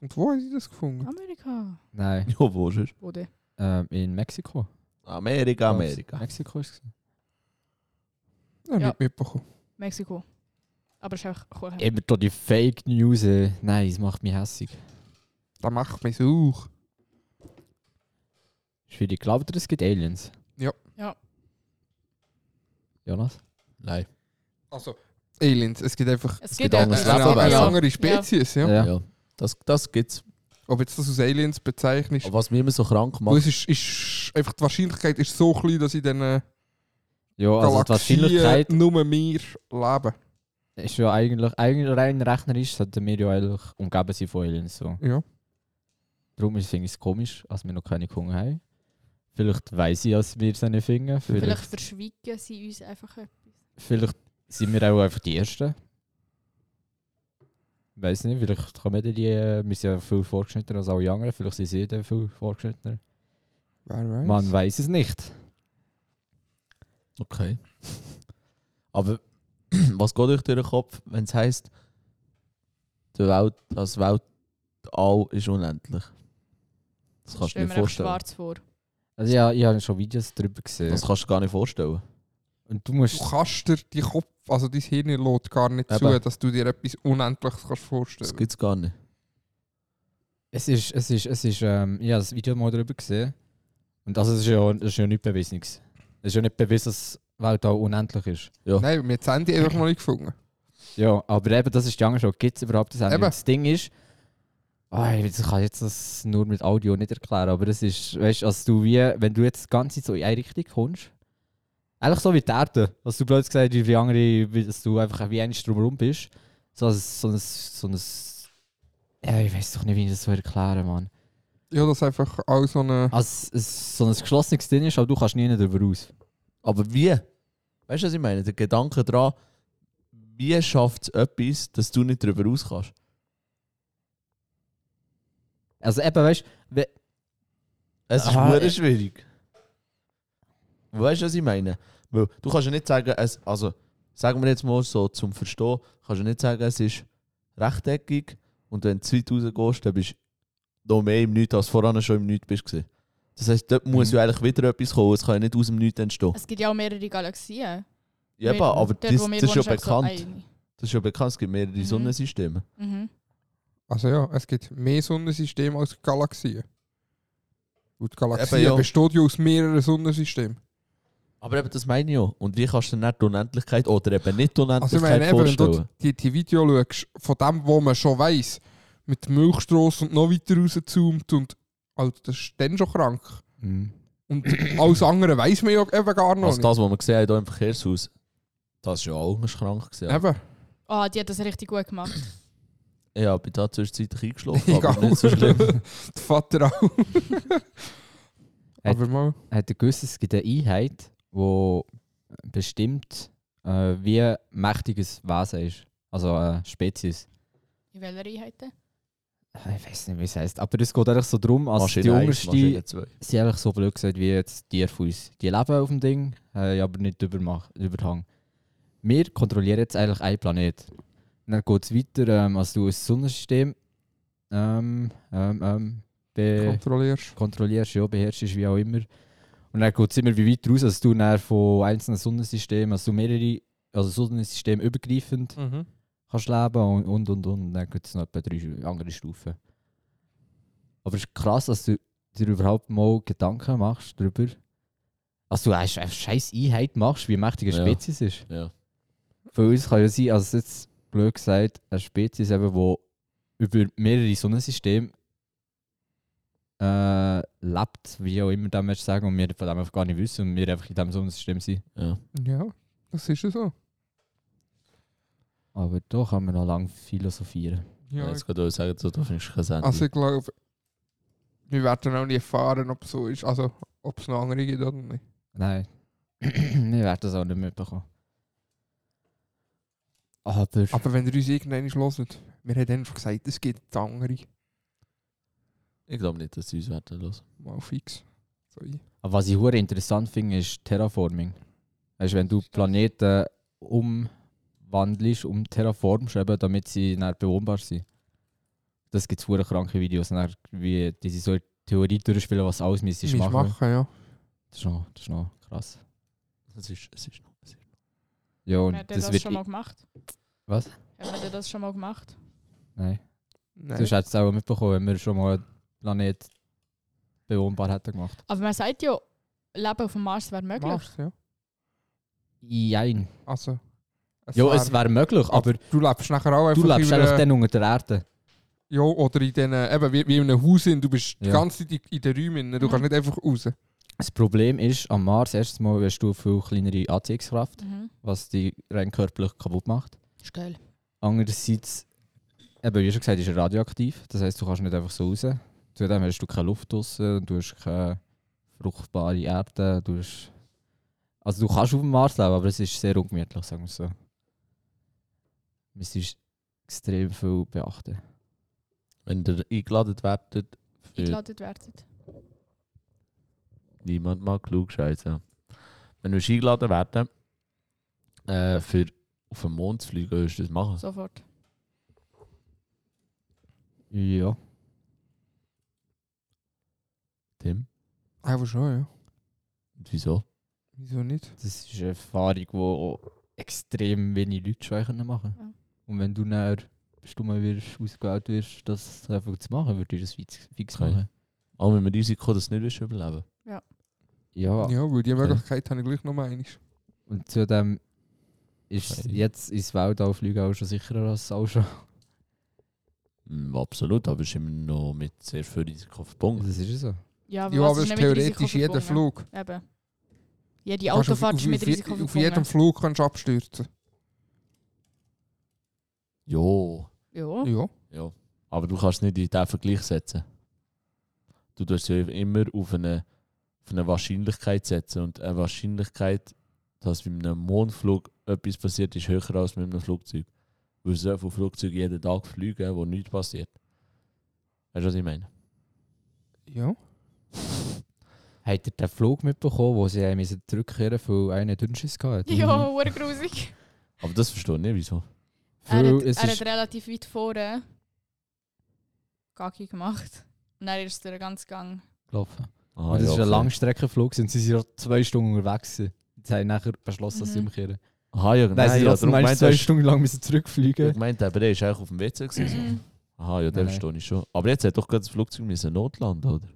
[SPEAKER 3] Und wo haben sie das
[SPEAKER 2] Mhm.
[SPEAKER 3] gefunden?
[SPEAKER 4] Amerika.
[SPEAKER 1] Nein,
[SPEAKER 2] Ja, wo ist es?
[SPEAKER 4] Wo denn?
[SPEAKER 1] ähm, in Mexiko.
[SPEAKER 2] Amerika, Amerika.
[SPEAKER 1] Mexiko ist es.
[SPEAKER 3] Ja,
[SPEAKER 4] Ja.
[SPEAKER 3] nicht mitbekommen.
[SPEAKER 4] Mexiko. Aber es ist einfach Kuchen.
[SPEAKER 1] Immer da die Fake News. ey. Nein, es macht mich hässig.
[SPEAKER 3] Das macht mich sauch.
[SPEAKER 1] Schwierig. Glaubt ihr, es gibt Aliens?
[SPEAKER 3] Ja.
[SPEAKER 4] Ja.
[SPEAKER 1] Jonas?
[SPEAKER 2] Nein.
[SPEAKER 3] Also, Aliens, es gibt einfach
[SPEAKER 4] Es
[SPEAKER 2] gibt
[SPEAKER 4] gibt ja.
[SPEAKER 2] anderes
[SPEAKER 3] eine,
[SPEAKER 2] Leben,
[SPEAKER 3] eine,
[SPEAKER 2] aber-
[SPEAKER 3] andere Spezies. Ja.
[SPEAKER 2] Ja. Das, das gibt's.
[SPEAKER 3] Ob jetzt das als Aliens bezeichnest,
[SPEAKER 2] Aber was mich immer so krank
[SPEAKER 3] weil es
[SPEAKER 2] macht,
[SPEAKER 3] ist, ist einfach die Wahrscheinlichkeit ist so klein, dass in diesen
[SPEAKER 2] Also,
[SPEAKER 1] Ja, also die
[SPEAKER 3] Galaxien
[SPEAKER 1] Wahrscheinlichkeit
[SPEAKER 3] nur wir leben.
[SPEAKER 1] ist ja eigentlich, eigentlich rein rechnerisch, sollten wir ja eigentlich umgeben sein von Aliens. So.
[SPEAKER 3] Ja.
[SPEAKER 1] Darum ist- finde ich es komisch, als wir noch keine Kunden haben. Vielleicht weiss ich, dass wir es nicht finden.
[SPEAKER 4] Vielleicht
[SPEAKER 1] Vielleicht,
[SPEAKER 4] verschwiegen sie uns einfach etwas.
[SPEAKER 1] vielleicht sind wir auch einfach die Ersten. Weiß nicht, vielleicht kommen die, die, äh, wir sind ja viel fortgeschnittener als alle anderen, vielleicht sind sie dann viel fortgeschnittener.
[SPEAKER 3] Wer weiß.
[SPEAKER 1] Man weiß es nicht.
[SPEAKER 2] Okay. Aber [CLEARS THROAT] was geht euch durch den Kopf, wenn es heisst, die Welt, das Weltall ist unendlich? Das kannst du
[SPEAKER 4] Stell
[SPEAKER 2] dir
[SPEAKER 4] mir einfach
[SPEAKER 2] nicht vorstellen.
[SPEAKER 4] schwarz vor.
[SPEAKER 1] Also ja, ich habe schon Videos darüber gesehen.
[SPEAKER 2] Das kannst du gar nicht vorstellen.
[SPEAKER 1] Und du musst...
[SPEAKER 3] Du kannst dir die Kopf, also dein Hirn lädt gar nicht zu,
[SPEAKER 2] Eben.
[SPEAKER 3] dass du dir etwas Unendliches kannst vorstellen
[SPEAKER 2] Das
[SPEAKER 3] kannst.
[SPEAKER 2] gibt es gar nicht.
[SPEAKER 1] Es ist, es ist, es ist, ähm, ich habe das Video mal darüber gesehen. Und also es ist ja, es ist ja nicht bewiesen. Es ist ja nicht bewiesen, dass die Welt auch unendlich ist.
[SPEAKER 3] Nein, wir haben das Handy einfach noch nicht gefunden.
[SPEAKER 1] Ja, aber eben, das ist die Angst, gibt es überhaupt das Ende?
[SPEAKER 3] Eben.
[SPEAKER 1] Und Das Ding ist, oh, ich weiß, ich kann jetzt das nur mit Audio nicht erklären, aber es ist, weißt du, als du wie, wenn du jetzt die ganze Zeit so in eine Richtung kommst, eigentlich so wie die Erde, als du plötzlich gesagt hast, wie die andere, wie- dass du einfach wie ein drumherum bist, so ein, so ein, so ein, ja, ich weiß doch nicht, wie ich das so erklären, Mann.
[SPEAKER 3] Ja, das ist einfach auch so eine.
[SPEAKER 1] Also, es so ein geschlossenes Ding ist, aber du kannst nie darüber raus.
[SPEAKER 2] Aber wie? Weißt du, was ich meine? Der Gedanke daran, wie schafft es etwas, dass du nicht darüber raus kannst?
[SPEAKER 1] Also eben, weißt du, we-
[SPEAKER 2] Es ist
[SPEAKER 1] Aha,
[SPEAKER 2] verdammt
[SPEAKER 1] äh.
[SPEAKER 2] schwierig. Weißt du, was ich meine? Weil du kannst ja nicht sagen, es, also sagen wir jetzt mal so zum Verstehen, kannst du nicht sagen, es ist rechteckig und wenn du zu weit rausgehst, dann bist du noch mehr im Nichts, als vorher schon im Nichts bist. gewesen. Das heisst, dort muss
[SPEAKER 1] Mhm.
[SPEAKER 2] ja eigentlich wieder etwas kommen, es kann ja nicht aus dem Nichts entstehen.
[SPEAKER 4] Es gibt ja auch mehrere Galaxien.
[SPEAKER 2] Ja,
[SPEAKER 4] Weil
[SPEAKER 2] eben, aber
[SPEAKER 4] dort,
[SPEAKER 2] das,
[SPEAKER 4] wo wir
[SPEAKER 2] das ist ja
[SPEAKER 4] wohnen, einfach
[SPEAKER 2] bekannt.
[SPEAKER 4] So eine.
[SPEAKER 2] Das ist ja bekannt, es gibt mehrere
[SPEAKER 4] Mhm.
[SPEAKER 2] Sonnensysteme.
[SPEAKER 4] mhm.
[SPEAKER 3] Also ja, es gibt mehr Sonnensysteme als Galaxien. Und die Galaxie
[SPEAKER 2] Eben, ja.
[SPEAKER 3] besteht ja aus mehreren Sonnensystemen.
[SPEAKER 2] Aber eben, das meine ich ja. Und wie kannst du dir nicht die Unendlichkeit oder eben nicht die
[SPEAKER 3] Also
[SPEAKER 2] Unendlichkeit
[SPEAKER 3] ich meine, eben, wenn
[SPEAKER 2] vorstellen?
[SPEAKER 3] du die, die Video schaust, von dem, wo man schon weiss, mit der Milchstrasse und noch weiter rauszoomt und Alter, das ist dann schon krank.
[SPEAKER 2] [COUGHS]
[SPEAKER 3] Und alles andere weiss man ja eben gar noch
[SPEAKER 2] Also das, was wir gesehen haben hier im Verkehrshaus, das ist ja auch anders krank
[SPEAKER 3] nicht.
[SPEAKER 2] gewesen.
[SPEAKER 3] Eben.
[SPEAKER 4] Ah, die hat das richtig gut gemacht.
[SPEAKER 2] Ja, ich bin da zwischenzeitlich
[SPEAKER 3] [LAUGHS]
[SPEAKER 2] eingeschlafen,
[SPEAKER 3] Egal.
[SPEAKER 2] aber nicht so schlimm.
[SPEAKER 3] Der Vater auch.
[SPEAKER 2] [LAUGHS]
[SPEAKER 1] Hat-
[SPEAKER 3] Aber mal.
[SPEAKER 1] hat er gewusst, es gibt eine Einheit, die bestimmt, äh, wie mächtig ein Wesen ist. Also eine Spezies.
[SPEAKER 4] In welcher Einheit denn?
[SPEAKER 1] Äh, Ich weiß nicht, wie es heißt. Aber es geht eigentlich so darum,
[SPEAKER 3] Also,
[SPEAKER 1] als
[SPEAKER 2] Maschine
[SPEAKER 1] die
[SPEAKER 2] eins,
[SPEAKER 1] unterste
[SPEAKER 2] Maschine zwei.
[SPEAKER 1] sind eigentlich so blöd gesagt wie jetzt Tierfuß. Die leben auf dem Ding, haben aber nicht Übermach- Überhang. Wir kontrollieren jetzt eigentlich einen Planet. Und dann geht es weiter, ähm, als du ein Sonnensystem ähm, ähm, ähm,
[SPEAKER 2] Äh.
[SPEAKER 1] be
[SPEAKER 3] Kontrollierst.
[SPEAKER 1] kontrollierst, ja, beherrschst, wie auch immer. Und dann geht es immer wie weit raus, als du dann von einzelnen Sonnensystemen, also mehrere, also Sonnensystem übergreifend
[SPEAKER 3] Mhm.
[SPEAKER 1] kannst leben und und und und. Und dann gibt es noch etwa drei andere Stufen. Aber es ist krass, dass du dir überhaupt mal Gedanken machst darüber. Also du eine scheiß Einheit machst, wie mächtig eine
[SPEAKER 2] Ja.
[SPEAKER 1] Spezies ist.
[SPEAKER 2] Ja.
[SPEAKER 1] Für uns kann ja sein, also jetzt blöd gesagt, eine Spezies, eben, die über mehrere Sonnensysteme äh, lebt, wie auch immer das möchtest sagen, und wir von dem einfach gar nicht wissen und wir einfach in diesem Sonnensystem sind.
[SPEAKER 2] Ja.
[SPEAKER 3] Ja, das ist ja so.
[SPEAKER 1] Aber da kann man noch lange philosophieren.
[SPEAKER 2] Ja,
[SPEAKER 3] Ja,
[SPEAKER 2] jetzt kann ich sagen, so, da findest du kein Ende.
[SPEAKER 3] also ich glaube, wir werden auch nie erfahren, ob es so ist. Also, ob es noch andere gibt oder nicht.
[SPEAKER 1] Nein, [CLEARS THROAT] wir werden das auch nicht mitbekommen. Aber,
[SPEAKER 3] Aber wenn ihr uns irgendwann hört, wir haben einfach gesagt, es gibt andere.
[SPEAKER 2] ich glaube nicht, dass sie uns werden los.
[SPEAKER 3] Mal fix. So, ja.
[SPEAKER 1] aber was ich hure interessant finde, ist Terraforming. Weißt, wenn du Planeten umwandelst, um terraformst, eben, damit sie dann bewohnbar sind. Das gibt es kranke Videos, und dann, wie die sie so eine Theorie durchspielen, was alles müsstest
[SPEAKER 3] Müsst
[SPEAKER 1] machen. machen.
[SPEAKER 3] machen, ja.
[SPEAKER 1] Das, ist noch, das ist noch krass.
[SPEAKER 2] Es ist, es ist noch. Es ist
[SPEAKER 1] Ja, und
[SPEAKER 4] Hat er
[SPEAKER 1] das,
[SPEAKER 4] das,
[SPEAKER 1] wird...
[SPEAKER 4] schon mal gemacht?
[SPEAKER 1] Was?
[SPEAKER 4] Hat er das schon mal gemacht?
[SPEAKER 1] Nein.
[SPEAKER 3] Nein.
[SPEAKER 1] Du hast es auch mitbekommen, wenn wir schon mal einen Planet bewohnbar hätten gemacht.
[SPEAKER 4] Aber man sagt ja, Leben auf dem Mars wäre möglich.
[SPEAKER 3] Mach's, ja.
[SPEAKER 1] Jein.
[SPEAKER 3] Also,
[SPEAKER 1] Ja, es wäre möglich, aber
[SPEAKER 3] Du lebst nachher auch einfach
[SPEAKER 1] du lebst
[SPEAKER 3] über,
[SPEAKER 1] einfach
[SPEAKER 3] äh,
[SPEAKER 1] dann unter der Erde.
[SPEAKER 3] Ja, oder in den, äh, eben, wie, wie in einem Haus sind, du bist die
[SPEAKER 1] Ja.
[SPEAKER 3] ganze Zeit in den Räumen, drin, du
[SPEAKER 4] Mhm.
[SPEAKER 3] kannst nicht einfach raus.
[SPEAKER 1] Das Problem ist, am Mars erstens mal hast du viel kleinere Anziehungskraft,
[SPEAKER 4] Mhm.
[SPEAKER 1] was dich rein körperlich kaputt macht.
[SPEAKER 4] Ist geil.
[SPEAKER 1] Andererseits, eben wie schon gesagt, ist er radioaktiv. Das heisst, du kannst nicht einfach so raus. Zudem hast du keine Luft draussen, du hast keine fruchtbare Erde. Du hast also du kannst auf dem Mars leben, aber es ist sehr ungemütlich, sagen wir es so. Es ist extrem viel beachten.
[SPEAKER 2] Wenn ihr eingeladen werdet, für
[SPEAKER 4] Eingeleitet werden.
[SPEAKER 2] niemand mal klug scheiße. Wenn wir eingeladen werden, äh, für auf den Mond zu fliegen, würdest du das machen?
[SPEAKER 4] Sofort.
[SPEAKER 1] Ja.
[SPEAKER 2] Tim?
[SPEAKER 3] Einfach schon, ja.
[SPEAKER 2] Und wieso?
[SPEAKER 3] Wieso nicht?
[SPEAKER 1] Das ist eine Erfahrung, die extrem wenige Leute schon können machen
[SPEAKER 4] Ja.
[SPEAKER 1] Und wenn du dann stumm wirst, ausgewählt wirst, das einfach zu machen, würde ich das fix, fix
[SPEAKER 2] Okay.
[SPEAKER 1] machen.
[SPEAKER 2] Auch wenn wir Risiko das nicht wirst überleben.
[SPEAKER 1] Ja,
[SPEAKER 3] Ja, weil die
[SPEAKER 2] Okay.
[SPEAKER 3] Möglichkeit habe ich gleich noch einmal.
[SPEAKER 1] und zudem ist
[SPEAKER 2] Okay.
[SPEAKER 1] jetzt ins Weltall fliegen auch schon sicherer als auch schon.
[SPEAKER 2] Mm, absolut, aber es ist immer noch mit sehr viel Risiko verbunden.
[SPEAKER 1] Das ist so.
[SPEAKER 4] Ja,
[SPEAKER 3] Ja,
[SPEAKER 4] was
[SPEAKER 3] aber
[SPEAKER 4] ist
[SPEAKER 3] es ist
[SPEAKER 4] nicht mit
[SPEAKER 3] theoretisch
[SPEAKER 4] Risiko
[SPEAKER 3] jeder
[SPEAKER 4] verbunden?
[SPEAKER 3] Flug.
[SPEAKER 4] Eben. Jede
[SPEAKER 3] Kannst auf-
[SPEAKER 4] Autofahrt ist
[SPEAKER 3] auf-
[SPEAKER 4] mit
[SPEAKER 3] auf-
[SPEAKER 4] Risiko
[SPEAKER 3] Auf jedem
[SPEAKER 4] verbunden.
[SPEAKER 3] Flug kannst du abstürzen.
[SPEAKER 2] Jo,
[SPEAKER 4] Ja.
[SPEAKER 3] Ja.
[SPEAKER 2] ja. Aber du kannst es nicht in den Vergleich setzen. Du tust ja immer auf eine, auf eine Wahrscheinlichkeit setzen. Und eine Wahrscheinlichkeit, dass mit einem Mondflug etwas passiert, ist höher als mit einem Flugzeug. Weil so viele Flugzeuge jeden Tag fliegen, wo nichts passiert. Weißt du, was ich meine?
[SPEAKER 3] Ja.
[SPEAKER 1] Habt ihr den Flug mitbekommen, wo sie haben müssen zurückkehren mussten, weil einer Dünnschiss Mhm. hatte?
[SPEAKER 4] Ja, hure grusig.
[SPEAKER 2] Aber das verstehe ich nicht, wieso.
[SPEAKER 4] Er
[SPEAKER 1] Weil
[SPEAKER 4] hat,
[SPEAKER 1] es
[SPEAKER 4] er hat
[SPEAKER 1] ist-
[SPEAKER 4] relativ weit vorne Gagi gemacht. Und dann ist der ganze Gang.
[SPEAKER 1] Gelaufen.
[SPEAKER 2] Ah,
[SPEAKER 1] und das
[SPEAKER 2] ja,
[SPEAKER 1] ist ein
[SPEAKER 2] okay.
[SPEAKER 1] Langstreckenflug, sind sie sind ja zwei Stunden unterwegs. gewesen. Jetzt haben sie nachher beschlossen, dass sie
[SPEAKER 4] Mhm.
[SPEAKER 1] umkehren.
[SPEAKER 2] Aha, Ah, ja, nein,
[SPEAKER 1] Nein, sie
[SPEAKER 2] ja,
[SPEAKER 1] trotzdem meinst,
[SPEAKER 2] darum gemeint,
[SPEAKER 1] zwei
[SPEAKER 2] du hast-
[SPEAKER 1] Stunden lang müssen
[SPEAKER 2] ich
[SPEAKER 1] zurückfliegen.
[SPEAKER 2] gemeint, aber der ist eigentlich auf dem WC gewesen.
[SPEAKER 4] Mhm.
[SPEAKER 2] Aha, ja, den
[SPEAKER 1] Nein, nein.
[SPEAKER 2] verstehe ich schon. Aber jetzt hat doch gerade das Flugzeug müssen notlanden, oder?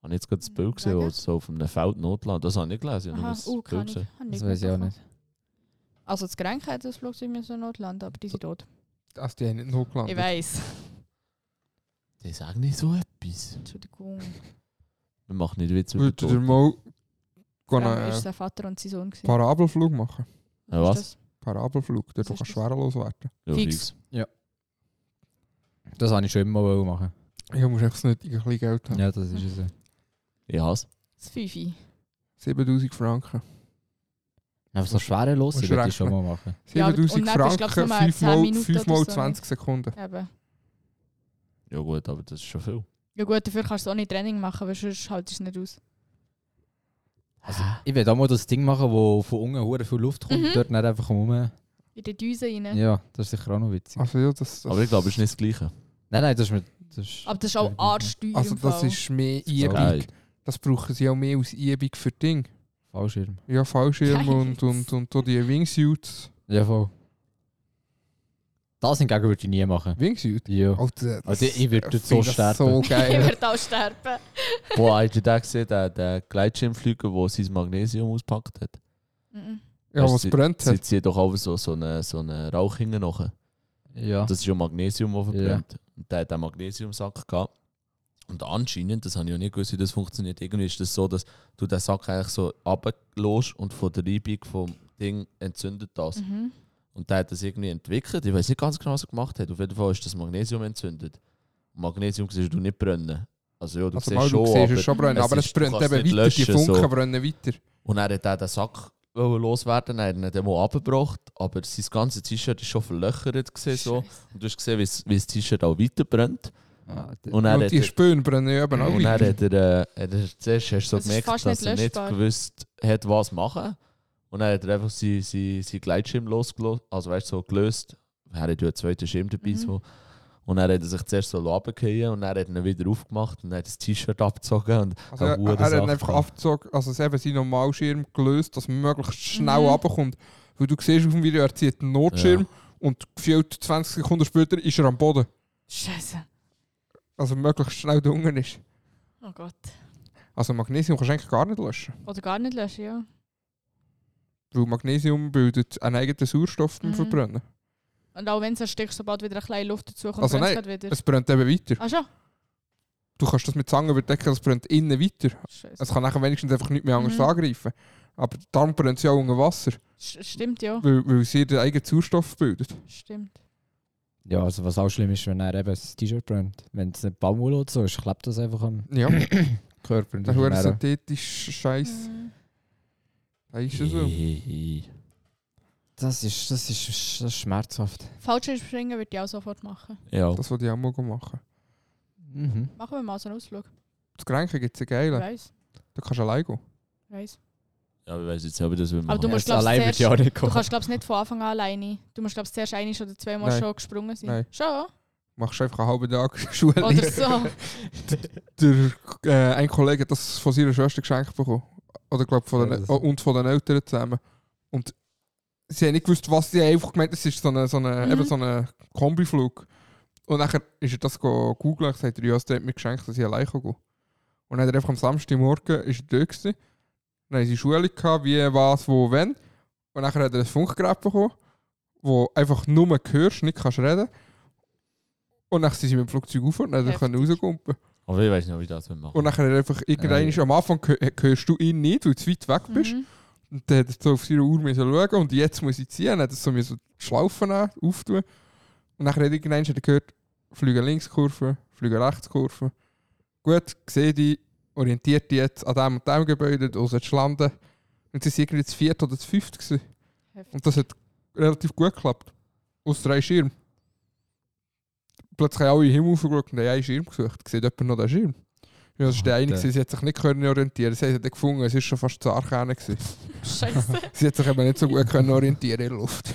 [SPEAKER 2] Habe ich jetzt gerade das Bild gesehen, wo
[SPEAKER 4] Wegen?
[SPEAKER 2] es so auf einem Feld notlandet. Das habe ich nicht gelesen, ich habe nur
[SPEAKER 4] Aha,
[SPEAKER 2] das
[SPEAKER 4] uh,
[SPEAKER 2] Bild
[SPEAKER 4] kann ich.
[SPEAKER 2] gesehen.
[SPEAKER 4] Hab
[SPEAKER 1] Das weiß ich auch
[SPEAKER 4] mitbekommen.
[SPEAKER 1] nicht.
[SPEAKER 4] Also das Gelenk hat das Flugzeug müssen notlanden, aber die sind tot.
[SPEAKER 3] Also die haben nicht noch
[SPEAKER 4] Ich
[SPEAKER 3] gelandet.
[SPEAKER 4] weiß.
[SPEAKER 2] Die sagen nicht so etwas.
[SPEAKER 4] Entschuldigung.
[SPEAKER 2] Wir machen nicht Witz über
[SPEAKER 3] Würdet ihr
[SPEAKER 2] Tote.
[SPEAKER 3] mal
[SPEAKER 4] Vor
[SPEAKER 3] gehen,
[SPEAKER 4] allem ist
[SPEAKER 3] einen
[SPEAKER 4] sein Vater und sein Sohn. gewesen.
[SPEAKER 3] Parabelflug machen?
[SPEAKER 2] Ja,
[SPEAKER 4] Ist
[SPEAKER 2] was?
[SPEAKER 4] das?
[SPEAKER 3] Parabelflug, der
[SPEAKER 4] Was
[SPEAKER 3] du
[SPEAKER 4] ist
[SPEAKER 3] kannst
[SPEAKER 4] das?
[SPEAKER 3] schwerelos werden.
[SPEAKER 2] Ja,
[SPEAKER 4] Fix.
[SPEAKER 2] fix.
[SPEAKER 1] Das habe ich schon immer mal machen.
[SPEAKER 3] Ich muss einfach nicht ein bisschen Geld haben.
[SPEAKER 1] Ja, das ist es. ja.
[SPEAKER 2] Ich hasse.
[SPEAKER 4] Das Fifi.
[SPEAKER 3] 7000 Franken.
[SPEAKER 1] Einfach so schwere los,
[SPEAKER 3] Musst
[SPEAKER 1] ich würde
[SPEAKER 3] rechnen.
[SPEAKER 1] ich schon mal machen.
[SPEAKER 4] Ja, aber-
[SPEAKER 3] 7000
[SPEAKER 4] und dann bist du, glaub ich,
[SPEAKER 3] Franken,
[SPEAKER 4] nur 10 Minuten
[SPEAKER 3] 5 mal
[SPEAKER 4] oder so.
[SPEAKER 3] 20 Sekunden.
[SPEAKER 4] Eben.
[SPEAKER 2] Ja gut, aber das ist schon viel.
[SPEAKER 4] Ja gut, dafür kannst du auch nicht Training machen, weil sonst haltest du es nicht aus.
[SPEAKER 1] Also, ich will auch mal das Ding machen, wo von unten hure viel Luft kommt,
[SPEAKER 4] Mhm.
[SPEAKER 1] dort nicht einfach rum.
[SPEAKER 4] In die Düse rein.
[SPEAKER 1] Ja, das ist sicher auch noch witzig.
[SPEAKER 3] Also ja, das, das
[SPEAKER 2] Aber ich glaube, es ist nicht das [LAUGHS] Gleiche.
[SPEAKER 1] Nein, nein, das ist mir. Das ist,
[SPEAKER 4] Aber das ist auch
[SPEAKER 1] Ja,
[SPEAKER 4] arschteuer
[SPEAKER 3] Also
[SPEAKER 4] im Fall.
[SPEAKER 3] das
[SPEAKER 4] [LAUGHS]
[SPEAKER 3] ist mehr
[SPEAKER 1] Ja.
[SPEAKER 3] Übung.
[SPEAKER 2] Geil.
[SPEAKER 3] Das brauchen sie auch mehr als Übung für Ding.
[SPEAKER 1] Fallschirm.
[SPEAKER 3] Ja, Fallschirm
[SPEAKER 4] Geil.
[SPEAKER 3] und, und, und, und die Wingsuits.
[SPEAKER 1] Ja, voll. Das hingegen würde ich nie machen.
[SPEAKER 3] Wingsuit?
[SPEAKER 1] Ja.
[SPEAKER 3] Alter,
[SPEAKER 1] Also ich würde dort so
[SPEAKER 3] finde ich das So
[SPEAKER 1] sterben.
[SPEAKER 2] [LAUGHS]
[SPEAKER 4] ich
[SPEAKER 3] geil.
[SPEAKER 4] werde auch sterben.
[SPEAKER 2] Wo eigentlich der gesehen, der, der Gleitschirmflieger, der sein Magnesium auspackt hat.
[SPEAKER 4] Mhm.
[SPEAKER 3] Ja,
[SPEAKER 2] Weißt,
[SPEAKER 3] was
[SPEAKER 2] sie-
[SPEAKER 3] brennt
[SPEAKER 2] Sie
[SPEAKER 3] hat.
[SPEAKER 2] ziehen doch auch so, so einen so eine Rauch hinten nach.
[SPEAKER 1] Ja.
[SPEAKER 2] Das ist ja Magnesium, das verbrennt. Und der hat einen Magnesiumsack gehabt. Und anscheinend, das habe ich ja nicht gewusst, wie das funktioniert. Irgendwie ist das so, dass du den Sack eigentlich so runterlässt und von der Reibung vom Ding entzündet das.
[SPEAKER 4] Mhm.
[SPEAKER 2] Und der hat das irgendwie entwickelt. Ich weiß nicht ganz genau, was er gemacht hat. Auf jeden Fall ist das Magnesium entzündet. Und Magnesium siehst du nicht brennen. Also ja, du
[SPEAKER 3] Also,
[SPEAKER 2] siehst
[SPEAKER 3] mal,
[SPEAKER 2] schon,
[SPEAKER 3] du siehst
[SPEAKER 2] aber
[SPEAKER 3] es schon brennen,
[SPEAKER 2] es
[SPEAKER 3] aber es
[SPEAKER 2] ist- du
[SPEAKER 3] brennt
[SPEAKER 2] kannst
[SPEAKER 3] eben
[SPEAKER 2] nicht
[SPEAKER 3] weiter, die
[SPEAKER 2] löschen, so.
[SPEAKER 3] Funken brennen weiter.
[SPEAKER 2] Und er hat auch den Sack wollen loswerden, er hat ihn dann mal abgebracht, aber sein ganzes T-Shirt war schon verlöchert. Gewesen,
[SPEAKER 4] [LAUGHS]
[SPEAKER 2] so. Und du hast gesehen, wie es- wie das T-Shirt auch weiter brennt.
[SPEAKER 1] Ah, d-
[SPEAKER 2] Und dann
[SPEAKER 3] Und
[SPEAKER 2] hat
[SPEAKER 3] die
[SPEAKER 2] er,
[SPEAKER 3] Spönen brennen ja eben auch
[SPEAKER 2] und dann
[SPEAKER 3] weiter.
[SPEAKER 2] hat er, äh, hat er zuerst hast du so
[SPEAKER 4] Das ist
[SPEAKER 2] gemerkt,
[SPEAKER 4] fast
[SPEAKER 2] dass
[SPEAKER 4] nicht
[SPEAKER 2] er nicht
[SPEAKER 4] löschbar.
[SPEAKER 2] gewusst hat, was machen. Und dann hat er einfach seinen sein, sein Gleitschirm losgelöst, also weißt, so gelöst. Er hat ja einen zweiten Schirm dabei.
[SPEAKER 4] Mhm.
[SPEAKER 2] So. Und dann hat er sich zuerst so runtergefallen und dann hat er ihn wieder aufgemacht und dann hat das T-Shirt abgezogen. Und
[SPEAKER 3] Also,
[SPEAKER 2] eine
[SPEAKER 3] er,
[SPEAKER 2] Hurensache
[SPEAKER 3] er hat ihn einfach
[SPEAKER 2] gehabt.
[SPEAKER 3] abgezogen, also es eben seinen Normalschirm gelöst, dass man möglichst schnell
[SPEAKER 4] Mhm.
[SPEAKER 3] runterkommt. Weil du siehst auf dem Video, er zieht einen Notschirm und gefühlt 20 Sekunden später ist er am Boden.
[SPEAKER 4] Scheiße.
[SPEAKER 3] Also möglichst schnell da unten ist.
[SPEAKER 4] Oh Gott.
[SPEAKER 3] Also Magnesium kannst du eigentlich gar nicht löschen.
[SPEAKER 4] Oder gar nicht löschen, ja.
[SPEAKER 3] Weil Magnesium bildet einen eigenen Sauerstoff beim
[SPEAKER 4] Mhm.
[SPEAKER 3] Verbrennen.
[SPEAKER 4] Und auch wenn es erstickst, sobald wieder ein kleine Luft dazu kommt,
[SPEAKER 3] Also
[SPEAKER 4] brennst
[SPEAKER 3] nein,
[SPEAKER 4] du grad wieder.
[SPEAKER 3] Es brennt eben weiter.
[SPEAKER 4] Ah schon?
[SPEAKER 3] Du kannst das mit Zangen überdecken, es brennt innen weiter.
[SPEAKER 4] Scheiße.
[SPEAKER 3] Es kann nachher wenigstens einfach nicht mehr anders
[SPEAKER 4] Mhm.
[SPEAKER 3] angreifen. Aber darum brennt sie auch unter Wasser,
[SPEAKER 4] Sch- Stimmt, ja.
[SPEAKER 3] weil, weil sie den eigenen Sauerstoff bildet.
[SPEAKER 4] Stimmt.
[SPEAKER 1] Ja, also was auch schlimm ist, wenn er eben das T-Shirt brennt. Wenn es nicht Baumwolle oder so ist, klappt das einfach am
[SPEAKER 3] Ja,
[SPEAKER 1] Körper. Und
[SPEAKER 3] der
[SPEAKER 1] das
[SPEAKER 3] hohe
[SPEAKER 1] ist dann-
[SPEAKER 3] synthetische Scheiß.
[SPEAKER 4] Mhm.
[SPEAKER 3] Da ist es so.
[SPEAKER 1] das ist, das ist, das ist schmerzhaft.
[SPEAKER 4] Fallschirmspringen würde ich auch sofort machen.
[SPEAKER 2] Ja.
[SPEAKER 3] Das, was die auch mal machen.
[SPEAKER 1] Mhm.
[SPEAKER 4] Machen wir mal so einen Ausflug.
[SPEAKER 3] Das Grenken gibt es einen
[SPEAKER 4] Ich
[SPEAKER 3] geilen.
[SPEAKER 4] weiss,
[SPEAKER 3] Da kannst du allein gehen.
[SPEAKER 4] ich weiss.
[SPEAKER 2] ja, ich weiß jetzt nicht, ob ich das will machen.
[SPEAKER 4] Aber du musst,
[SPEAKER 1] Ja,
[SPEAKER 4] glaubst,
[SPEAKER 1] allein würde ich auch
[SPEAKER 4] zuerst,
[SPEAKER 1] nicht
[SPEAKER 4] du
[SPEAKER 1] kommen.
[SPEAKER 4] kannst, glaubst, nicht von Anfang an alleine. Du musst, glaubst, zuerst einmal oder zweimal
[SPEAKER 3] Nein.
[SPEAKER 4] schon gesprungen sein.
[SPEAKER 3] Nein.
[SPEAKER 4] Schon?
[SPEAKER 3] Machst du einfach einen halben Tag [LAUGHS] Schule.
[SPEAKER 4] Oder so.
[SPEAKER 3] Der, äh, ein Kollege hat das von seiner Schwester geschenkt bekommen. Oder glaub, von
[SPEAKER 1] Ja,
[SPEAKER 3] den,
[SPEAKER 1] das-
[SPEAKER 3] oh, und von den Eltern zusammen. Und sie haben nicht gewusst, was sie haben einfach gemeint, es ist so ein so eine,
[SPEAKER 4] Mhm.
[SPEAKER 3] eben so ein Kombiflug. Und nachher ist er das go- googeln und gesagt, ja, das hat mir geschenkt, dass ich allein gehen kann. Und dann hat er einfach am Samstagmorgen ist er dort gewesen. Dann haben sie Schule gehabt, wie, was, wo, wenn. Und nachher hat er ein Funkgerät bekommen, wo einfach nur hörst, nicht kannst reden. Und dann sind sie mit dem Flugzeug auf und dann hat er
[SPEAKER 4] Heftig.
[SPEAKER 3] können rausgumpen.
[SPEAKER 2] Aber ich weiß nicht, ob ich das will machen.
[SPEAKER 3] Und nachher hat er einfach irgendwann
[SPEAKER 1] Nein.
[SPEAKER 3] am Anfang gehö- hörst du ihn nicht, weil du zu weit weg bist.
[SPEAKER 4] Mhm.
[SPEAKER 3] Und dann hat er so auf seine Uhr müssen schauen und jetzt muss ich ziehen. Dann hat er so müssen die Schlaufen an- auftun. Und nachher hat irgendwann hat er gehört, fliegen Linkskurve, fliegen Rechtskurve. Gut, sehe die, orientiert die jetzt an dem und dem Gebäude, da sollst du landen. Und sie waren irgendwie das vierte oder das fünfte. Gewesen.
[SPEAKER 4] Heftig.
[SPEAKER 3] Und das hat relativ gut geklappt. Aus drei Schirmen. Plötzlich haben alle in den Himmel aufgeschaut und haben einen Schirm gesucht. Sieht jemand noch den Schirm? Ja, das war der eine,
[SPEAKER 1] Alter.
[SPEAKER 3] gewesen, sie hat sich nicht können orientieren Sie hat ihn gefunden, es war schon fast zu arg hinten gewesen.
[SPEAKER 4] Scheiße.
[SPEAKER 3] [LAUGHS] Sie hat sich eben nicht so gut können orientieren in der Luft.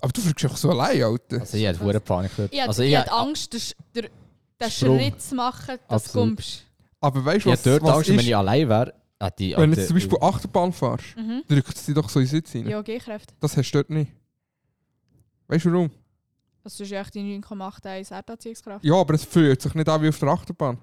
[SPEAKER 3] Aber du fühlst dich einfach so allein, Alter.
[SPEAKER 1] Also ich hätte hohe Panik gehabt.
[SPEAKER 4] Ich hatte,
[SPEAKER 1] Also
[SPEAKER 4] ich
[SPEAKER 1] ich
[SPEAKER 4] hatte Angst, den, Sch- der- den
[SPEAKER 1] Sprung.
[SPEAKER 4] Schritt zu machen, dass du
[SPEAKER 1] Absolut.
[SPEAKER 4] kommst.
[SPEAKER 3] Aber weißt du,
[SPEAKER 1] ich
[SPEAKER 3] was,
[SPEAKER 1] hätte dort
[SPEAKER 3] was
[SPEAKER 1] Angst, wenn
[SPEAKER 3] ist?
[SPEAKER 1] ich allein ah, wäre. hätte ich-
[SPEAKER 3] wenn du
[SPEAKER 1] hätte-
[SPEAKER 3] jetzt zum Beispiel Achterbahn fährst,
[SPEAKER 4] Mhm.
[SPEAKER 3] drückt es dich doch so in den Sitz rein.
[SPEAKER 4] Ja, G-Kräfte.
[SPEAKER 3] Das hast du dort nicht. Weißt du warum?
[SPEAKER 4] Das ist ja echt die 9,81 Erdanziehungskraft.
[SPEAKER 3] Ja, aber es fühlt sich nicht an wie auf der Achterbahn.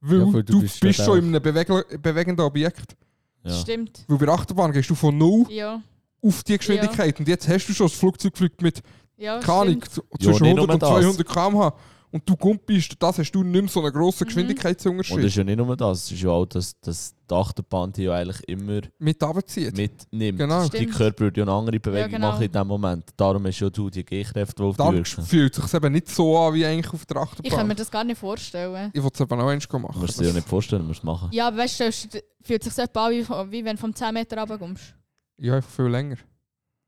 [SPEAKER 3] Weil,
[SPEAKER 1] Ja, weil
[SPEAKER 3] du,
[SPEAKER 1] du
[SPEAKER 3] bist,
[SPEAKER 1] bist dort
[SPEAKER 3] schon in einem bewegle- bewegenden Objekt.
[SPEAKER 2] ja.
[SPEAKER 4] Stimmt.
[SPEAKER 3] Weil bei der Achterbahn gehst du von null
[SPEAKER 4] Ja.
[SPEAKER 3] auf die Geschwindigkeit. Und jetzt hast du schon das Flugzeug fliegt mit
[SPEAKER 4] Ja,
[SPEAKER 3] keine Ahnung,
[SPEAKER 4] stimmt.
[SPEAKER 3] z-
[SPEAKER 2] Ja,
[SPEAKER 3] zwischen
[SPEAKER 2] nicht
[SPEAKER 3] 100
[SPEAKER 2] nur
[SPEAKER 3] und
[SPEAKER 2] das.
[SPEAKER 3] 200 km/h. Und du gumpist, das hast du nicht mehr so einen grossen
[SPEAKER 4] Mhm.
[SPEAKER 2] Und es
[SPEAKER 3] Geschwindigkeitsunterschied
[SPEAKER 2] ist ja nicht nur das, es ist ja auch, dass, dass die Achterbahn die ja eigentlich immer
[SPEAKER 3] mit runterzieht.
[SPEAKER 2] mitnimmt.
[SPEAKER 3] Genau.
[SPEAKER 2] Dein
[SPEAKER 4] Stimmt.
[SPEAKER 2] Körper würde ja eine andere Bewegung
[SPEAKER 4] genau.
[SPEAKER 2] machen in dem Moment. Darum ist ja du die Gehkräfte, die auf dich
[SPEAKER 3] Dann
[SPEAKER 2] wirken.
[SPEAKER 3] fühlt es sich eben nicht so an wie eigentlich auf der Achterbahn.
[SPEAKER 4] Ich kann mir das gar nicht vorstellen.
[SPEAKER 3] ich will es eben auch eins
[SPEAKER 2] Du
[SPEAKER 3] machen.
[SPEAKER 2] musst es dir ja nicht vorstellen, du musst es machen.
[SPEAKER 4] Ja, aber weißt du, stellst du, fühlt sich so etwa an, wie, wie wenn du vom 10 Meter runterkommst.
[SPEAKER 3] Ja, einfach viel länger.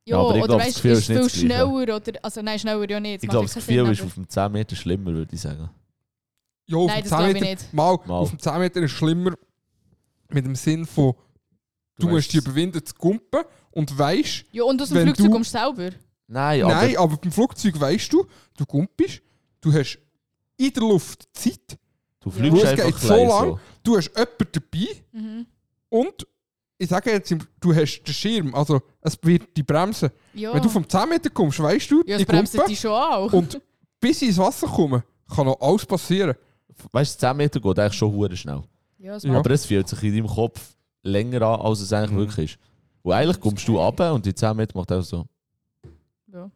[SPEAKER 4] Ja,
[SPEAKER 2] aber ich
[SPEAKER 4] oder
[SPEAKER 2] glaub, das
[SPEAKER 4] weißt du,
[SPEAKER 2] Gefühl
[SPEAKER 4] ist
[SPEAKER 2] ist nicht
[SPEAKER 4] viel
[SPEAKER 2] das Gleiche.
[SPEAKER 4] schneller oder. Also nein, schneller ja nicht.
[SPEAKER 2] ich glaube, das
[SPEAKER 4] macht
[SPEAKER 2] Gefühl
[SPEAKER 4] keinen
[SPEAKER 2] ist
[SPEAKER 4] Sinn,
[SPEAKER 2] auf dem 10 Meter schlimmer, würde ich sagen.
[SPEAKER 3] Ja, auf
[SPEAKER 4] Nein,
[SPEAKER 3] dem
[SPEAKER 4] das glaub ich
[SPEAKER 3] 10 Meter-
[SPEAKER 4] nicht.
[SPEAKER 3] Mal,
[SPEAKER 2] Mal.
[SPEAKER 3] auf dem 10 Meter ist schlimmer mit dem Sinn von, du,
[SPEAKER 1] weißt
[SPEAKER 3] musst dich
[SPEAKER 1] es.
[SPEAKER 3] überwinden zu gumpen und weißt,
[SPEAKER 4] aber- Ja, und aus dem
[SPEAKER 3] wenn
[SPEAKER 4] Flugzeug
[SPEAKER 3] du-
[SPEAKER 4] kommst du selber.
[SPEAKER 2] Nein, aber
[SPEAKER 3] Nein, aber beim Flugzeug weißt du, du gumpst, du hast in der Luft Zeit,
[SPEAKER 2] du
[SPEAKER 4] Ja.
[SPEAKER 2] fliegst
[SPEAKER 3] Es geht
[SPEAKER 2] einfach
[SPEAKER 3] so
[SPEAKER 2] klein
[SPEAKER 3] lang. du hast jemanden dabei
[SPEAKER 4] Mhm.
[SPEAKER 3] und ich sage jetzt, im- du hast den Schirm, also es wird die bremsen.
[SPEAKER 4] Ja.
[SPEAKER 3] Wenn du vom 10 Meter kommst, weißt du,
[SPEAKER 4] ja, das
[SPEAKER 3] ich
[SPEAKER 4] bremst
[SPEAKER 3] gumpe
[SPEAKER 4] dich schon auch.
[SPEAKER 3] und bis ich ins Wasser komme, kann noch alles passieren.
[SPEAKER 2] Weißt du, 10 Meter geht eigentlich schon hure schnell.
[SPEAKER 4] ja, das
[SPEAKER 3] Ja.
[SPEAKER 4] macht-
[SPEAKER 2] Aber es fühlt sich in deinem Kopf länger an, als es eigentlich
[SPEAKER 1] Mhm.
[SPEAKER 2] wirklich ist. Wo Und eigentlich kommst du ab und die 10 Meter macht auch so.
[SPEAKER 4] Ja.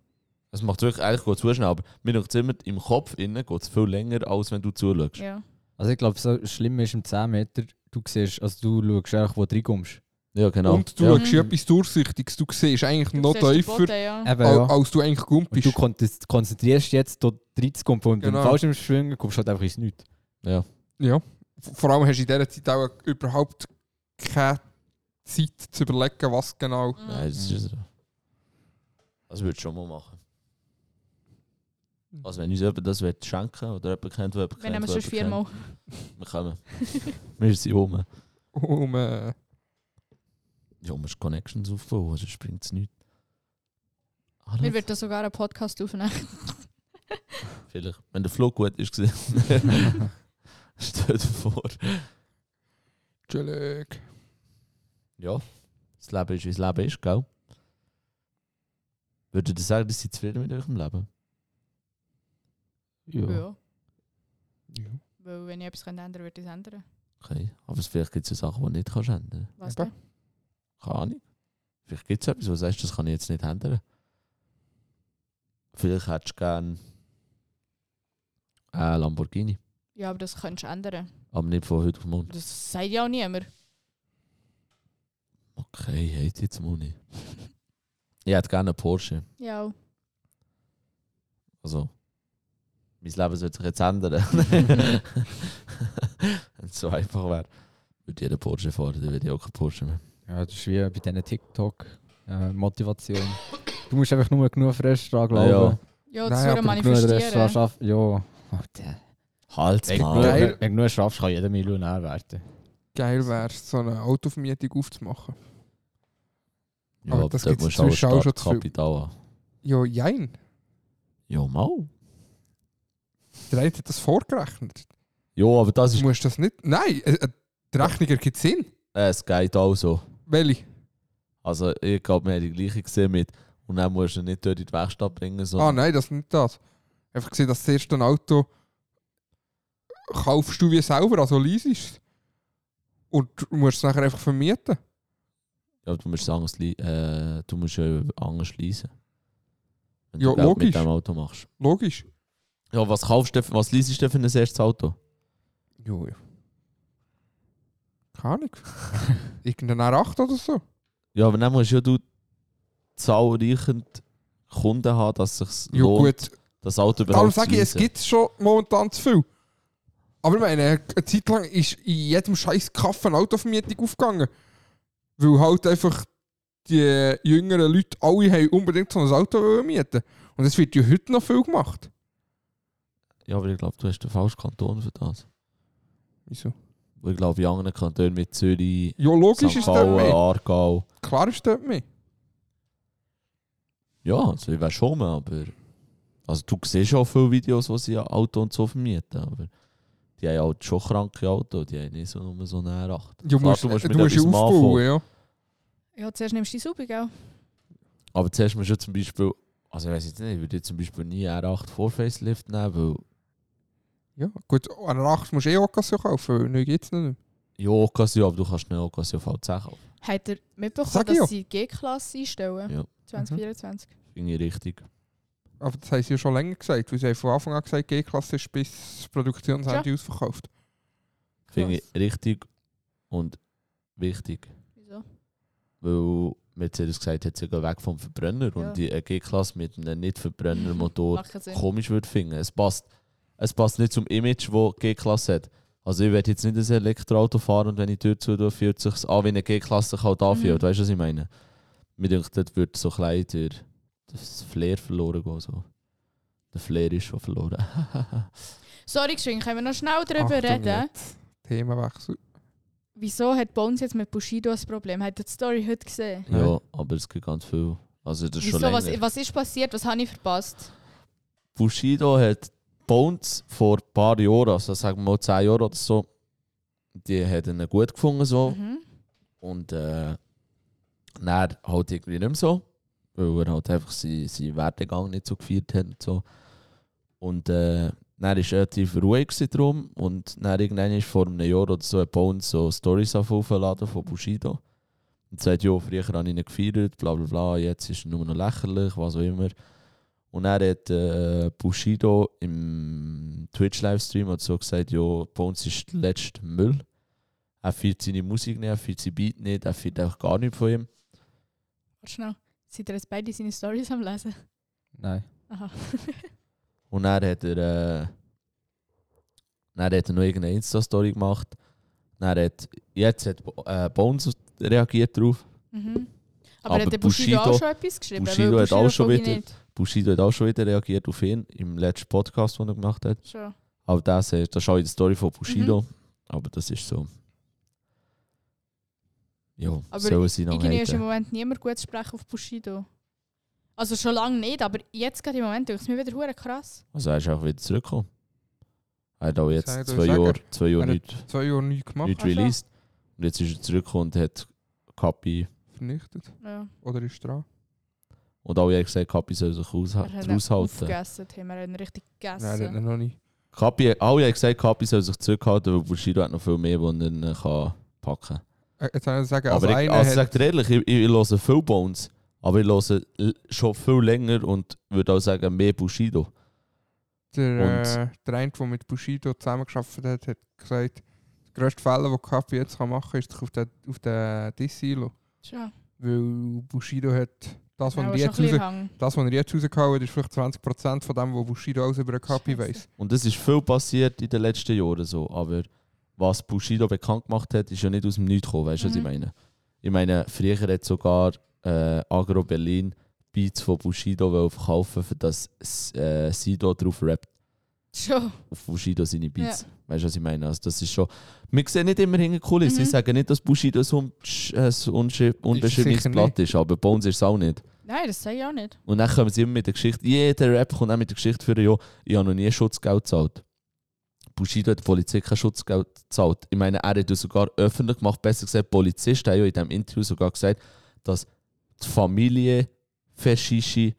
[SPEAKER 2] Es macht wirklich, eigentlich geht es zu schnell, aber mir noch immer im Kopf innen geht es viel länger, als wenn du zuschaust. Ja.
[SPEAKER 4] ja.
[SPEAKER 1] Also ich glaube, so schlimm ist im 10 Meter, du siehst, also du schaust einfach, wo du reinkommst.
[SPEAKER 2] genau.
[SPEAKER 3] Und du
[SPEAKER 2] ja.
[SPEAKER 3] schaust etwas Durchsichtiges, du siehst eigentlich noch
[SPEAKER 4] siehst den
[SPEAKER 3] tiefer,
[SPEAKER 4] Boden, ja.
[SPEAKER 1] Eben,
[SPEAKER 3] al-
[SPEAKER 1] ja.
[SPEAKER 3] als du eigentlich gut
[SPEAKER 1] Und
[SPEAKER 3] bist.
[SPEAKER 1] du kon- das- konzentrierst jetzt, dort reinzukommen und
[SPEAKER 3] Genau.
[SPEAKER 1] im falschen Schwingen kommst du halt einfach ins Nichts.
[SPEAKER 3] Ja. V- Vor allem hast du in dieser Zeit auch überhaupt keine Zeit zu überlegen, was genau.
[SPEAKER 2] Nein, das
[SPEAKER 4] Mhm.
[SPEAKER 2] ist Das würde ich schon mal machen. Also wenn uns jemand das will schenken oder jemand kennt, der jemand
[SPEAKER 4] Mhm. Wir
[SPEAKER 2] kennt,
[SPEAKER 4] nehmen
[SPEAKER 2] der
[SPEAKER 4] es schon
[SPEAKER 2] jemand kennt,
[SPEAKER 4] viermal.
[SPEAKER 2] Wir kommen. wir sind oben.
[SPEAKER 4] Mhm.
[SPEAKER 3] Um, äh,
[SPEAKER 2] Ja, musst Connections aufbauen, sonst bringt es nichts. Ah,
[SPEAKER 4] Wir
[SPEAKER 2] nicht?
[SPEAKER 4] würden sogar einen Podcast aufnehmen.
[SPEAKER 2] Vielleicht. Wenn der Flug gut ist,
[SPEAKER 4] [LAUGHS]
[SPEAKER 2] gesehen. Stell dir vor.
[SPEAKER 3] chillig.
[SPEAKER 2] Ja, das Leben ist, wie das Leben ist, gell? Würdet ihr sagen, dass sie zufrieden mit eurem Leben? Ja.
[SPEAKER 4] Ja.
[SPEAKER 3] Ja.
[SPEAKER 4] Weil wenn ich etwas ändern könnte, würde ich es ändern.
[SPEAKER 2] Okay. Aber es- vielleicht gibt es ja Sachen, die du nicht kannst ändern
[SPEAKER 4] Was
[SPEAKER 3] Eben.
[SPEAKER 4] denn?
[SPEAKER 2] Keine Ahnung. Vielleicht gibt es etwas, wo du sagst, das kann ich jetzt nicht ändern. Vielleicht hättest du gerne einen Lamborghini.
[SPEAKER 4] Ja, aber das könntest du ändern.
[SPEAKER 2] Aber nicht von heute auf morgen.
[SPEAKER 4] Das sagt ja auch niemand.
[SPEAKER 2] Okay, hätte jetzt mal nicht. Ich hätte gerne einen Porsche.
[SPEAKER 4] Ja. auch.
[SPEAKER 2] Also, mein Leben sollte sich jetzt ändern. [LAUGHS] Wenn es so einfach wäre. Würde jeder Porsche fahren, dann würde ich auch keinen Porsche mehr.
[SPEAKER 1] Ja, das ist wie bei diesen TikTok-Motivation. du musst einfach nur genug frisch dran glauben.
[SPEAKER 2] Ja.
[SPEAKER 4] Ja,
[SPEAKER 3] Nein,
[SPEAKER 4] das würde
[SPEAKER 3] aber
[SPEAKER 1] Genug Rest dran
[SPEAKER 4] manifestieren.
[SPEAKER 1] schaffen. Ja. Oh, der.
[SPEAKER 2] Halt's
[SPEAKER 1] Wenn
[SPEAKER 2] mal.
[SPEAKER 3] Geil.
[SPEAKER 1] du- wenn du genug schaffst, kann jeder Millionär werden.
[SPEAKER 3] Geil wäre es, so eine Autovermietung aufzumachen.
[SPEAKER 2] Ja,
[SPEAKER 3] Aber
[SPEAKER 2] aber
[SPEAKER 3] das
[SPEAKER 2] dort
[SPEAKER 3] gibt's
[SPEAKER 2] musst du auch
[SPEAKER 3] inzwischen auch schon zu viel.
[SPEAKER 2] Startkapital haben.
[SPEAKER 3] Ja, jein.
[SPEAKER 2] Ja, mal.
[SPEAKER 3] Der eine hat das vorgerechnet.
[SPEAKER 2] Ja, aber das
[SPEAKER 3] Du
[SPEAKER 2] ist...
[SPEAKER 3] musst das nicht. Nein, äh, äh, die Rechnung ergibt Sinn.
[SPEAKER 2] Äh, es geht auch so.
[SPEAKER 3] Welche?
[SPEAKER 2] Also, ich glaube, wir haben die gleiche gesehen mit... Und dann musst du ihn nicht dort in die Werkstatt bringen, sondern...
[SPEAKER 3] Ah, nein, das ist nicht das. Einfach gesehen, dass das erste Auto kaufst du wie selber, also leasest. Und du musst es nachher einfach vermieten.
[SPEAKER 2] Ja, du musst es anders, li- äh, du musst ja anders leisen. Wenn
[SPEAKER 3] Ja,
[SPEAKER 2] du Geld
[SPEAKER 3] logisch.
[SPEAKER 2] mit dem Auto machst.
[SPEAKER 3] Logisch.
[SPEAKER 2] Ja, was kaufst du, was leisest du für ein erstes Auto?
[SPEAKER 3] Ja, ja. Keine Ahnung. [LAUGHS] Irgendein R8 oder so.
[SPEAKER 2] Ja, aber dann musst ja du zahlreichend Kunden haben, dass es sich
[SPEAKER 3] Ja,
[SPEAKER 2] lohnt,
[SPEAKER 3] gut.
[SPEAKER 2] das Auto überhaupt
[SPEAKER 3] Darum
[SPEAKER 2] zu
[SPEAKER 3] sage ich, es
[SPEAKER 2] leasen.
[SPEAKER 3] gibt schon momentan zu viel. Aber ich meine, eine Zeit lang ist in jedem scheiß Kaff eine Autovermietung aufgegangen. Weil halt einfach die jüngeren Leute alle haben unbedingt so ein Auto wollen mieten Und es wird ja heute noch viel gemacht.
[SPEAKER 2] Ja, aber ich glaube, du hast den falschen Kanton für das.
[SPEAKER 3] Wieso?
[SPEAKER 2] Weil Ich glaube, in anderen Kantonen mit Zürich,
[SPEAKER 3] Ja, logisch
[SPEAKER 2] St.
[SPEAKER 3] ist dort
[SPEAKER 2] Gallen,
[SPEAKER 3] mehr.
[SPEAKER 2] Aargau.
[SPEAKER 3] Klar ist dort mehr.
[SPEAKER 2] Ja, also ich wäre schon mal, aber... Also du siehst auch viele Videos, wo sie Auto und so vermieten, aber... Die haben halt schon kranke Autos, die haben nicht so nur so eine R8.
[SPEAKER 3] Du
[SPEAKER 2] Klar,
[SPEAKER 3] musst,
[SPEAKER 2] du musst
[SPEAKER 3] du
[SPEAKER 2] mit
[SPEAKER 3] musst ja
[SPEAKER 2] etwas
[SPEAKER 3] aufbauen,
[SPEAKER 2] anfangen.
[SPEAKER 3] ja.
[SPEAKER 4] Ja, zuerst nimmst du die Suppe, gell?
[SPEAKER 2] Aber zuerst musst du zum Beispiel, also ich weiß jetzt nicht, ich würde jetzt zum Beispiel nie R8 vor Facelift nehmen, weil
[SPEAKER 3] ja. Gut, an der 8 musst du eh Occasion kaufen, weil neu gibt es nicht mehr.
[SPEAKER 2] ja, Ocasio, aber du kannst nicht Ocasio V10 kaufen.
[SPEAKER 4] Habt ihr mitbekommen,
[SPEAKER 3] Sag ich ja.
[SPEAKER 4] dass sie die G-Klasse einstellen?
[SPEAKER 2] Ja.
[SPEAKER 4] 2024.
[SPEAKER 2] Finde ich richtig.
[SPEAKER 3] Aber das haben sie ja schon länger gesagt, weil sie haben von Anfang an gesagt, G-Klasse ist bis das Produktionsende ausverkauft.
[SPEAKER 2] Mhm. Finde ich
[SPEAKER 4] Krass.
[SPEAKER 2] richtig und wichtig.
[SPEAKER 4] Wieso?
[SPEAKER 2] Weil Mercedes gesagt hat, sie gehen weg vom Verbrenner
[SPEAKER 4] Ja.
[SPEAKER 2] und die äh, G-Klasse mit einem Nicht-Verbrenner-Motor
[SPEAKER 4] Macht keinen Sinn.
[SPEAKER 2] komisch würde finden. Es passt, es passt nicht zum Image, das G-Klasse hat. Also ich werde jetzt nicht ein Elektroauto fahren und wenn ich die Tür zu tue, fühlt es sich an wie eine G-Klasse kann anfühlt.
[SPEAKER 4] Mhm.
[SPEAKER 2] Weißt du, was ich meine? Mir denkt, dort wird so klein der, das Flair verloren gehen. So. Der Flair ist schon verloren. [LAUGHS]
[SPEAKER 4] Sorry, geschwind, können wir noch schnell darüber
[SPEAKER 3] Achtung
[SPEAKER 4] reden?
[SPEAKER 3] jetzt. Themenwechsel.
[SPEAKER 4] Wieso hat Bones jetzt mit Bushido ein Problem? Hat ihr die Story heute gesehen?
[SPEAKER 3] Nein.
[SPEAKER 2] ja, aber es gibt ganz viel. Also das ist
[SPEAKER 4] Wieso?
[SPEAKER 2] schon länger.
[SPEAKER 4] Was, was ist passiert? Was habe ich verpasst?
[SPEAKER 2] Bushido hat Bones vor ein paar Jahren, also sagen wir mal 10 Jahren oder so, die hat ihn gut gefunden so.
[SPEAKER 4] Mhm.
[SPEAKER 2] Und äh, dann halt irgendwie nicht mehr so, weil er halt einfach seinen, seinen Werdegang nicht so gefeiert hat und so. Und äh, dann war relativ ruhig gewesen drum und dann irgendwann ist vor einem Jahr oder so ein Bones so Storys aufgeladen von Bushido. Und sagt, ja, früher habe ich ihn gefeiert, bla bla bla, jetzt ist er nur noch lächerlich, was auch immer. Und er hat äh, Bushido im Twitch-Livestream hat so gesagt, ja, Bones ist der letzte Müll. Er feiert seine Musik nicht, er feiert sein Beat nicht, er feiert auch gar nichts von ihm.
[SPEAKER 4] Warte schnell. Seid ihr jetzt beide seine Stories am Lesen?
[SPEAKER 1] Nein.
[SPEAKER 4] Aha. [LAUGHS]
[SPEAKER 2] Und dann hat er, äh, dann hat er noch irgendeine Insta-Story gemacht. Dann hat, jetzt hat äh, Bones reagiert darauf.
[SPEAKER 4] mhm. Aber,
[SPEAKER 2] Aber
[SPEAKER 4] hat der Bushido,
[SPEAKER 2] Bushido-
[SPEAKER 4] auch schon etwas geschrieben? Weil
[SPEAKER 2] Bushido hat auch schon
[SPEAKER 4] folge ich
[SPEAKER 2] wieder-
[SPEAKER 4] nicht.
[SPEAKER 2] Bushido hat auch schon wieder reagiert auf ihn im letzten Podcast, den er gemacht hat.
[SPEAKER 4] Schon.
[SPEAKER 2] Aber das, ist- das ist auch in der Story von
[SPEAKER 4] Mhm.
[SPEAKER 2] Bushido. Aber das ist so. Ja,
[SPEAKER 4] Aber
[SPEAKER 2] sollen sie noch
[SPEAKER 4] Irgendwie ist im
[SPEAKER 2] haten.
[SPEAKER 4] Moment niemand gut zu sprechen auf Bushido. Also schon lange nicht, aber jetzt gerade im Moment denke ich mir wieder hure krass.
[SPEAKER 2] Also er ist auch wieder zurückgekommen. Er hat auch jetzt
[SPEAKER 3] Soll ich dir
[SPEAKER 2] zwei
[SPEAKER 3] sagen?
[SPEAKER 2] Jahre, zwei Jahre
[SPEAKER 3] Er hat
[SPEAKER 2] nicht,
[SPEAKER 3] Zwei Jahre nichts gemacht,
[SPEAKER 2] nicht
[SPEAKER 4] Ach so.
[SPEAKER 2] released. Und jetzt ist er zurückgekommen und hat Kapi
[SPEAKER 3] vernichtet.
[SPEAKER 4] Ja,
[SPEAKER 3] Oder ist dran?
[SPEAKER 2] und alle haben gesagt, Kapi soll
[SPEAKER 4] wir
[SPEAKER 2] sich
[SPEAKER 4] haben
[SPEAKER 2] ausha-
[SPEAKER 4] Er ihn
[SPEAKER 2] raushalten.
[SPEAKER 4] aufgegessen, haben wir haben ihn richtig
[SPEAKER 3] Nein,
[SPEAKER 4] gegessen.
[SPEAKER 3] das noch nicht.
[SPEAKER 2] Kapi, alle haben gesagt, Kapi soll sich zurückhalten, weil Bushido hat noch viel mehr, was er ihn kann packen kann.
[SPEAKER 3] Äh, Jetzt soll ich sagen, also
[SPEAKER 2] Aber ich,
[SPEAKER 3] einer
[SPEAKER 2] also ich
[SPEAKER 3] hat...
[SPEAKER 2] sag dir ehrlich, ich, ich, ich höre viel Bones, aber ich höre l- schon viel länger und würde auch sagen, mehr Bushido.
[SPEAKER 3] Der, äh, der eine, der mit Bushido zusammengearbeitet hat, hat gesagt, der grösste Fehler, den Kapi jetzt kann machen kann, ist sich auf den, auf den Diss einlassen.
[SPEAKER 4] Schon.
[SPEAKER 3] Weil Bushido hat das, was
[SPEAKER 4] Ja,
[SPEAKER 3] er
[SPEAKER 4] aber schon ein
[SPEAKER 3] jetzt,
[SPEAKER 4] bisschen
[SPEAKER 3] raus,
[SPEAKER 4] lang.
[SPEAKER 3] das, was er jetzt rausgehauen hat, ist vielleicht 20% von dem, was Bushido alles über den Kapi
[SPEAKER 4] Scheisse.
[SPEAKER 3] weiss.
[SPEAKER 2] Und das ist viel passiert in den letzten Jahren so. Aber was Bushido bekannt gemacht hat, ist ja nicht aus dem Nichts gekommen, weißt du, was ich
[SPEAKER 4] Mhm.
[SPEAKER 2] meine? Ich meine, früher hat sogar äh, Agro Berlin Beats von Bushido wollen verkaufen, für das S- äh, Sido drauf rappt,
[SPEAKER 4] Schon.
[SPEAKER 2] auf Bushido seine Beats. Weißt du, was ich meine? Also das ist schon. Wir sehen nicht immer hinter die Kulissen.
[SPEAKER 4] Mhm.
[SPEAKER 2] Ich sage nicht, dass Bushido ein unbeschriebenes
[SPEAKER 3] sicher
[SPEAKER 2] Blatt ist, aber bei uns ist es auch nicht.
[SPEAKER 4] Nein, das sage ich auch nicht.
[SPEAKER 2] Und dann kommen sie immer mit der Geschichte. Jeder Rapper kommt auch mit der Geschichte für ja, ich habe noch nie Schutzgeld gezahlt. Bushido hat der Polizei kein Schutzgeld gezahlt. Ich meine, er hat das sogar öffentlich gemacht. Besser gesagt, die Polizisten haben ja in diesem Interview sogar gesagt, dass die Familie Feshishi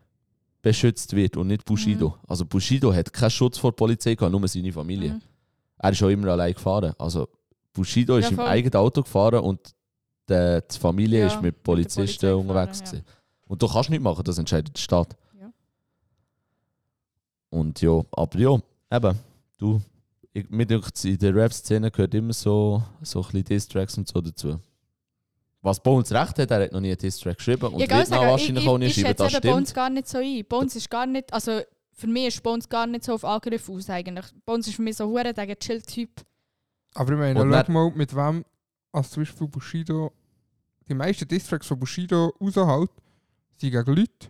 [SPEAKER 2] beschützt wird und nicht Bushido. Also Bushido hat keinen Schutz vor der Polizei gehabt, nur seine Familie.
[SPEAKER 4] Mhm.
[SPEAKER 2] Er ist auch immer allein gefahren. Also Bushido
[SPEAKER 4] Ja,
[SPEAKER 2] ist im
[SPEAKER 4] voll.
[SPEAKER 2] eigenen Auto gefahren und der, die Familie
[SPEAKER 4] Ja,
[SPEAKER 2] ist
[SPEAKER 4] mit der
[SPEAKER 2] mit Polizisten
[SPEAKER 4] Polizei gefahren,
[SPEAKER 2] unterwegs.
[SPEAKER 4] ja.
[SPEAKER 2] gewesen. Und du kannst nicht machen, das entscheidet die Stadt.
[SPEAKER 4] Ja.
[SPEAKER 2] Und ja, aber ja, eben, du, ich, mir denkt, in der Rap-Szene gehört immer so, so ein bisschen Diss-Tracks und so dazu. Was Bones recht hat, er hat noch nie einen Diss-Track geschrieben und
[SPEAKER 4] Ja, gell,
[SPEAKER 2] wird noch
[SPEAKER 4] sage,
[SPEAKER 2] wahrscheinlich auch nicht schreiben,
[SPEAKER 4] schätze
[SPEAKER 2] das
[SPEAKER 4] eben
[SPEAKER 2] stimmt.
[SPEAKER 4] Bones gar nicht so ein. Bones ist gar nicht, also für mich ist Bones gar nicht so auf Angriff aus eigentlich. Bones ist für mich so hure der Chill-Typ.
[SPEAKER 3] Aber ich meine,
[SPEAKER 2] Und
[SPEAKER 3] schau
[SPEAKER 2] dann-
[SPEAKER 3] mal, mit wem, als zum Beispiel Bushido, die meisten Distracts von Bushido raushält, sind gegen Leute,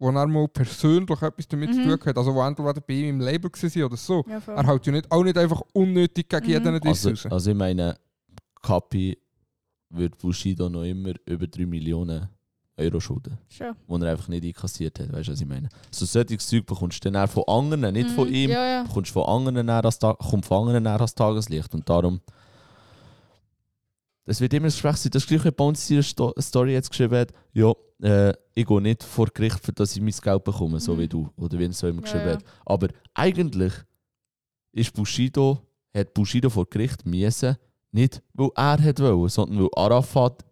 [SPEAKER 3] die dann mal persönlich etwas damit zu
[SPEAKER 4] Mhm.
[SPEAKER 3] tun haben. Also, die entweder bei ihm im Label waren oder so.
[SPEAKER 4] Ja,
[SPEAKER 3] Er haut ja nicht, auch nicht einfach unnötig gegen
[SPEAKER 4] Mhm.
[SPEAKER 3] jeden Diss
[SPEAKER 2] Also,
[SPEAKER 3] raus.
[SPEAKER 2] also ich meine, Kapi wird Bushido noch immer über 3 Millionen Euro schulden,
[SPEAKER 4] Schon.
[SPEAKER 2] die er einfach nicht einkassiert hat, weißt du, was ich meine? So solches Zeug bekommst du dann auch von anderen, nicht von
[SPEAKER 4] Mhm.
[SPEAKER 2] ihm,
[SPEAKER 4] Ja, ja.
[SPEAKER 2] bekommst von anderen näher als Ta- kommt von anderen näher als Tageslicht und darum das wird immer ein Gespräch sein. Das gleiche bei uns in der Sto Story jetzt geschrieben hat, ja, äh, ich gehe nicht vor Gericht, für dass ich mein Geld bekomme, so
[SPEAKER 4] Mhm.
[SPEAKER 2] wie du oder wie es so immer
[SPEAKER 4] Ja,
[SPEAKER 2] geschrieben
[SPEAKER 4] ja.
[SPEAKER 2] hat. Aber eigentlich ist Bushido, hat Bushido vor Gericht müssen, nicht weil er hat wollen, sondern weil Arafat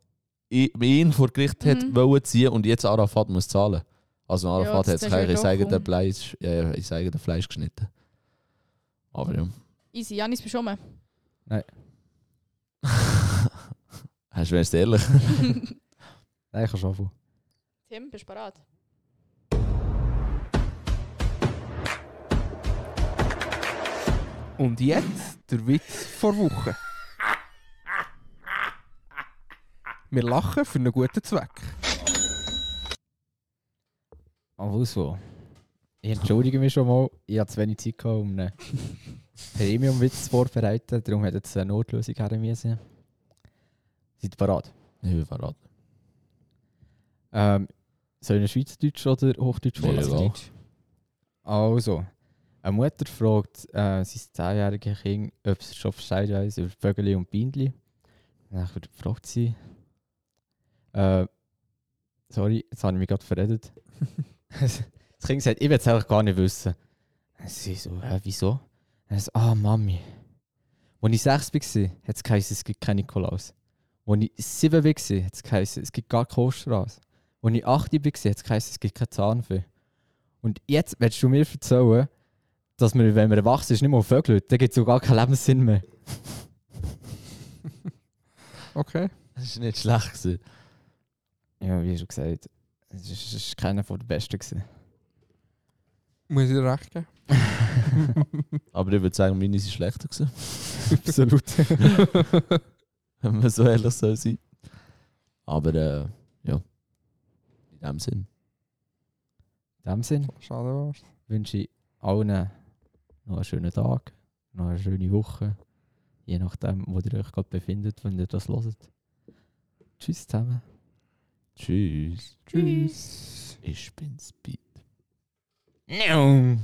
[SPEAKER 2] i- ihn vor Gericht hat
[SPEAKER 4] Mhm.
[SPEAKER 2] wollen ziehen und jetzt Arafat muss zahlen. Also Arafat
[SPEAKER 4] das
[SPEAKER 2] hat
[SPEAKER 4] ist
[SPEAKER 2] sich eigentlich
[SPEAKER 4] ja
[SPEAKER 2] ins eigene
[SPEAKER 4] dumm.
[SPEAKER 2] Fleisch, äh, ins eigene Fleisch geschnitten. Aber ja. [LAUGHS]
[SPEAKER 4] Easy, Janis, bist du rum?
[SPEAKER 2] Hast du wärst ehrlich?
[SPEAKER 1] Nein, ich kann schon anfangen.
[SPEAKER 4] Tim, bist du bereit?
[SPEAKER 2] äh,
[SPEAKER 3] Und jetzt der Witz vor Woche. Wir lachen für einen guten Zweck.
[SPEAKER 1] Aber also, ich entschuldige mich schon mal, ich hatte zu wenig Zeit, gehabt, um einen Premium-Witz vorzubereiten. Darum hat jetzt eine Notlösung her müssen. Seid ihr bereit?
[SPEAKER 2] Ich bin verraten.
[SPEAKER 1] Ähm, soll ich Schweizerdeutsch oder Hochdeutsch
[SPEAKER 2] Mir
[SPEAKER 1] vorlesen?
[SPEAKER 2] egal.
[SPEAKER 1] Also, eine Mutter fragt äh, sein zehnjähriges Kind, ob es schon Bescheid weiß über Vögel und Bienen. Dann fragt sie. Äh, sorry, jetzt habe ich mich gerade verredet. das Kind sagt, ich will es eigentlich gar nicht wissen. Dann Sie so, hä, wieso? Dann sagt sie, ah, Mami. Als ich sechs war, hat es geheißen, es gibt keinen Nikolaus. Als ich sieben war, hat es geheißen, es gibt gar keine Kohlstraße. Als ich acht war, hat es geheißen, es gibt keine Zahnfee. Und jetzt willst du mir erzählen, dass wir, wenn wir erwachsen sind, nicht mehr auf Vögel hören. Dann gibt es so gar keinen Lebenssinn mehr.
[SPEAKER 3] Okay.
[SPEAKER 2] Das war nicht schlecht. Gewesen.
[SPEAKER 1] Ja, wie schon gesagt, es ist, es ist keiner von den Besten. [LAUGHS] Gewesen.
[SPEAKER 3] Muss ich dir recht geben?
[SPEAKER 2] Aber ich würde sagen, meine sind schlechter gewesen. [LAUGHS]
[SPEAKER 1] Absolut.
[SPEAKER 2] Wenn man so ehrlich soll sein. Aber äh, ja. In dem Sinn.
[SPEAKER 1] In dem Sinn
[SPEAKER 3] Schade war's.
[SPEAKER 1] wünsche ich allen noch einen schönen Tag, noch eine schöne Woche. Je nachdem, wo ihr euch gerade befindet, wenn ihr das hört. Tschüss zusammen.
[SPEAKER 2] Tschüss.
[SPEAKER 4] Tschüss.
[SPEAKER 2] Ich bin's, Pete.
[SPEAKER 1] No.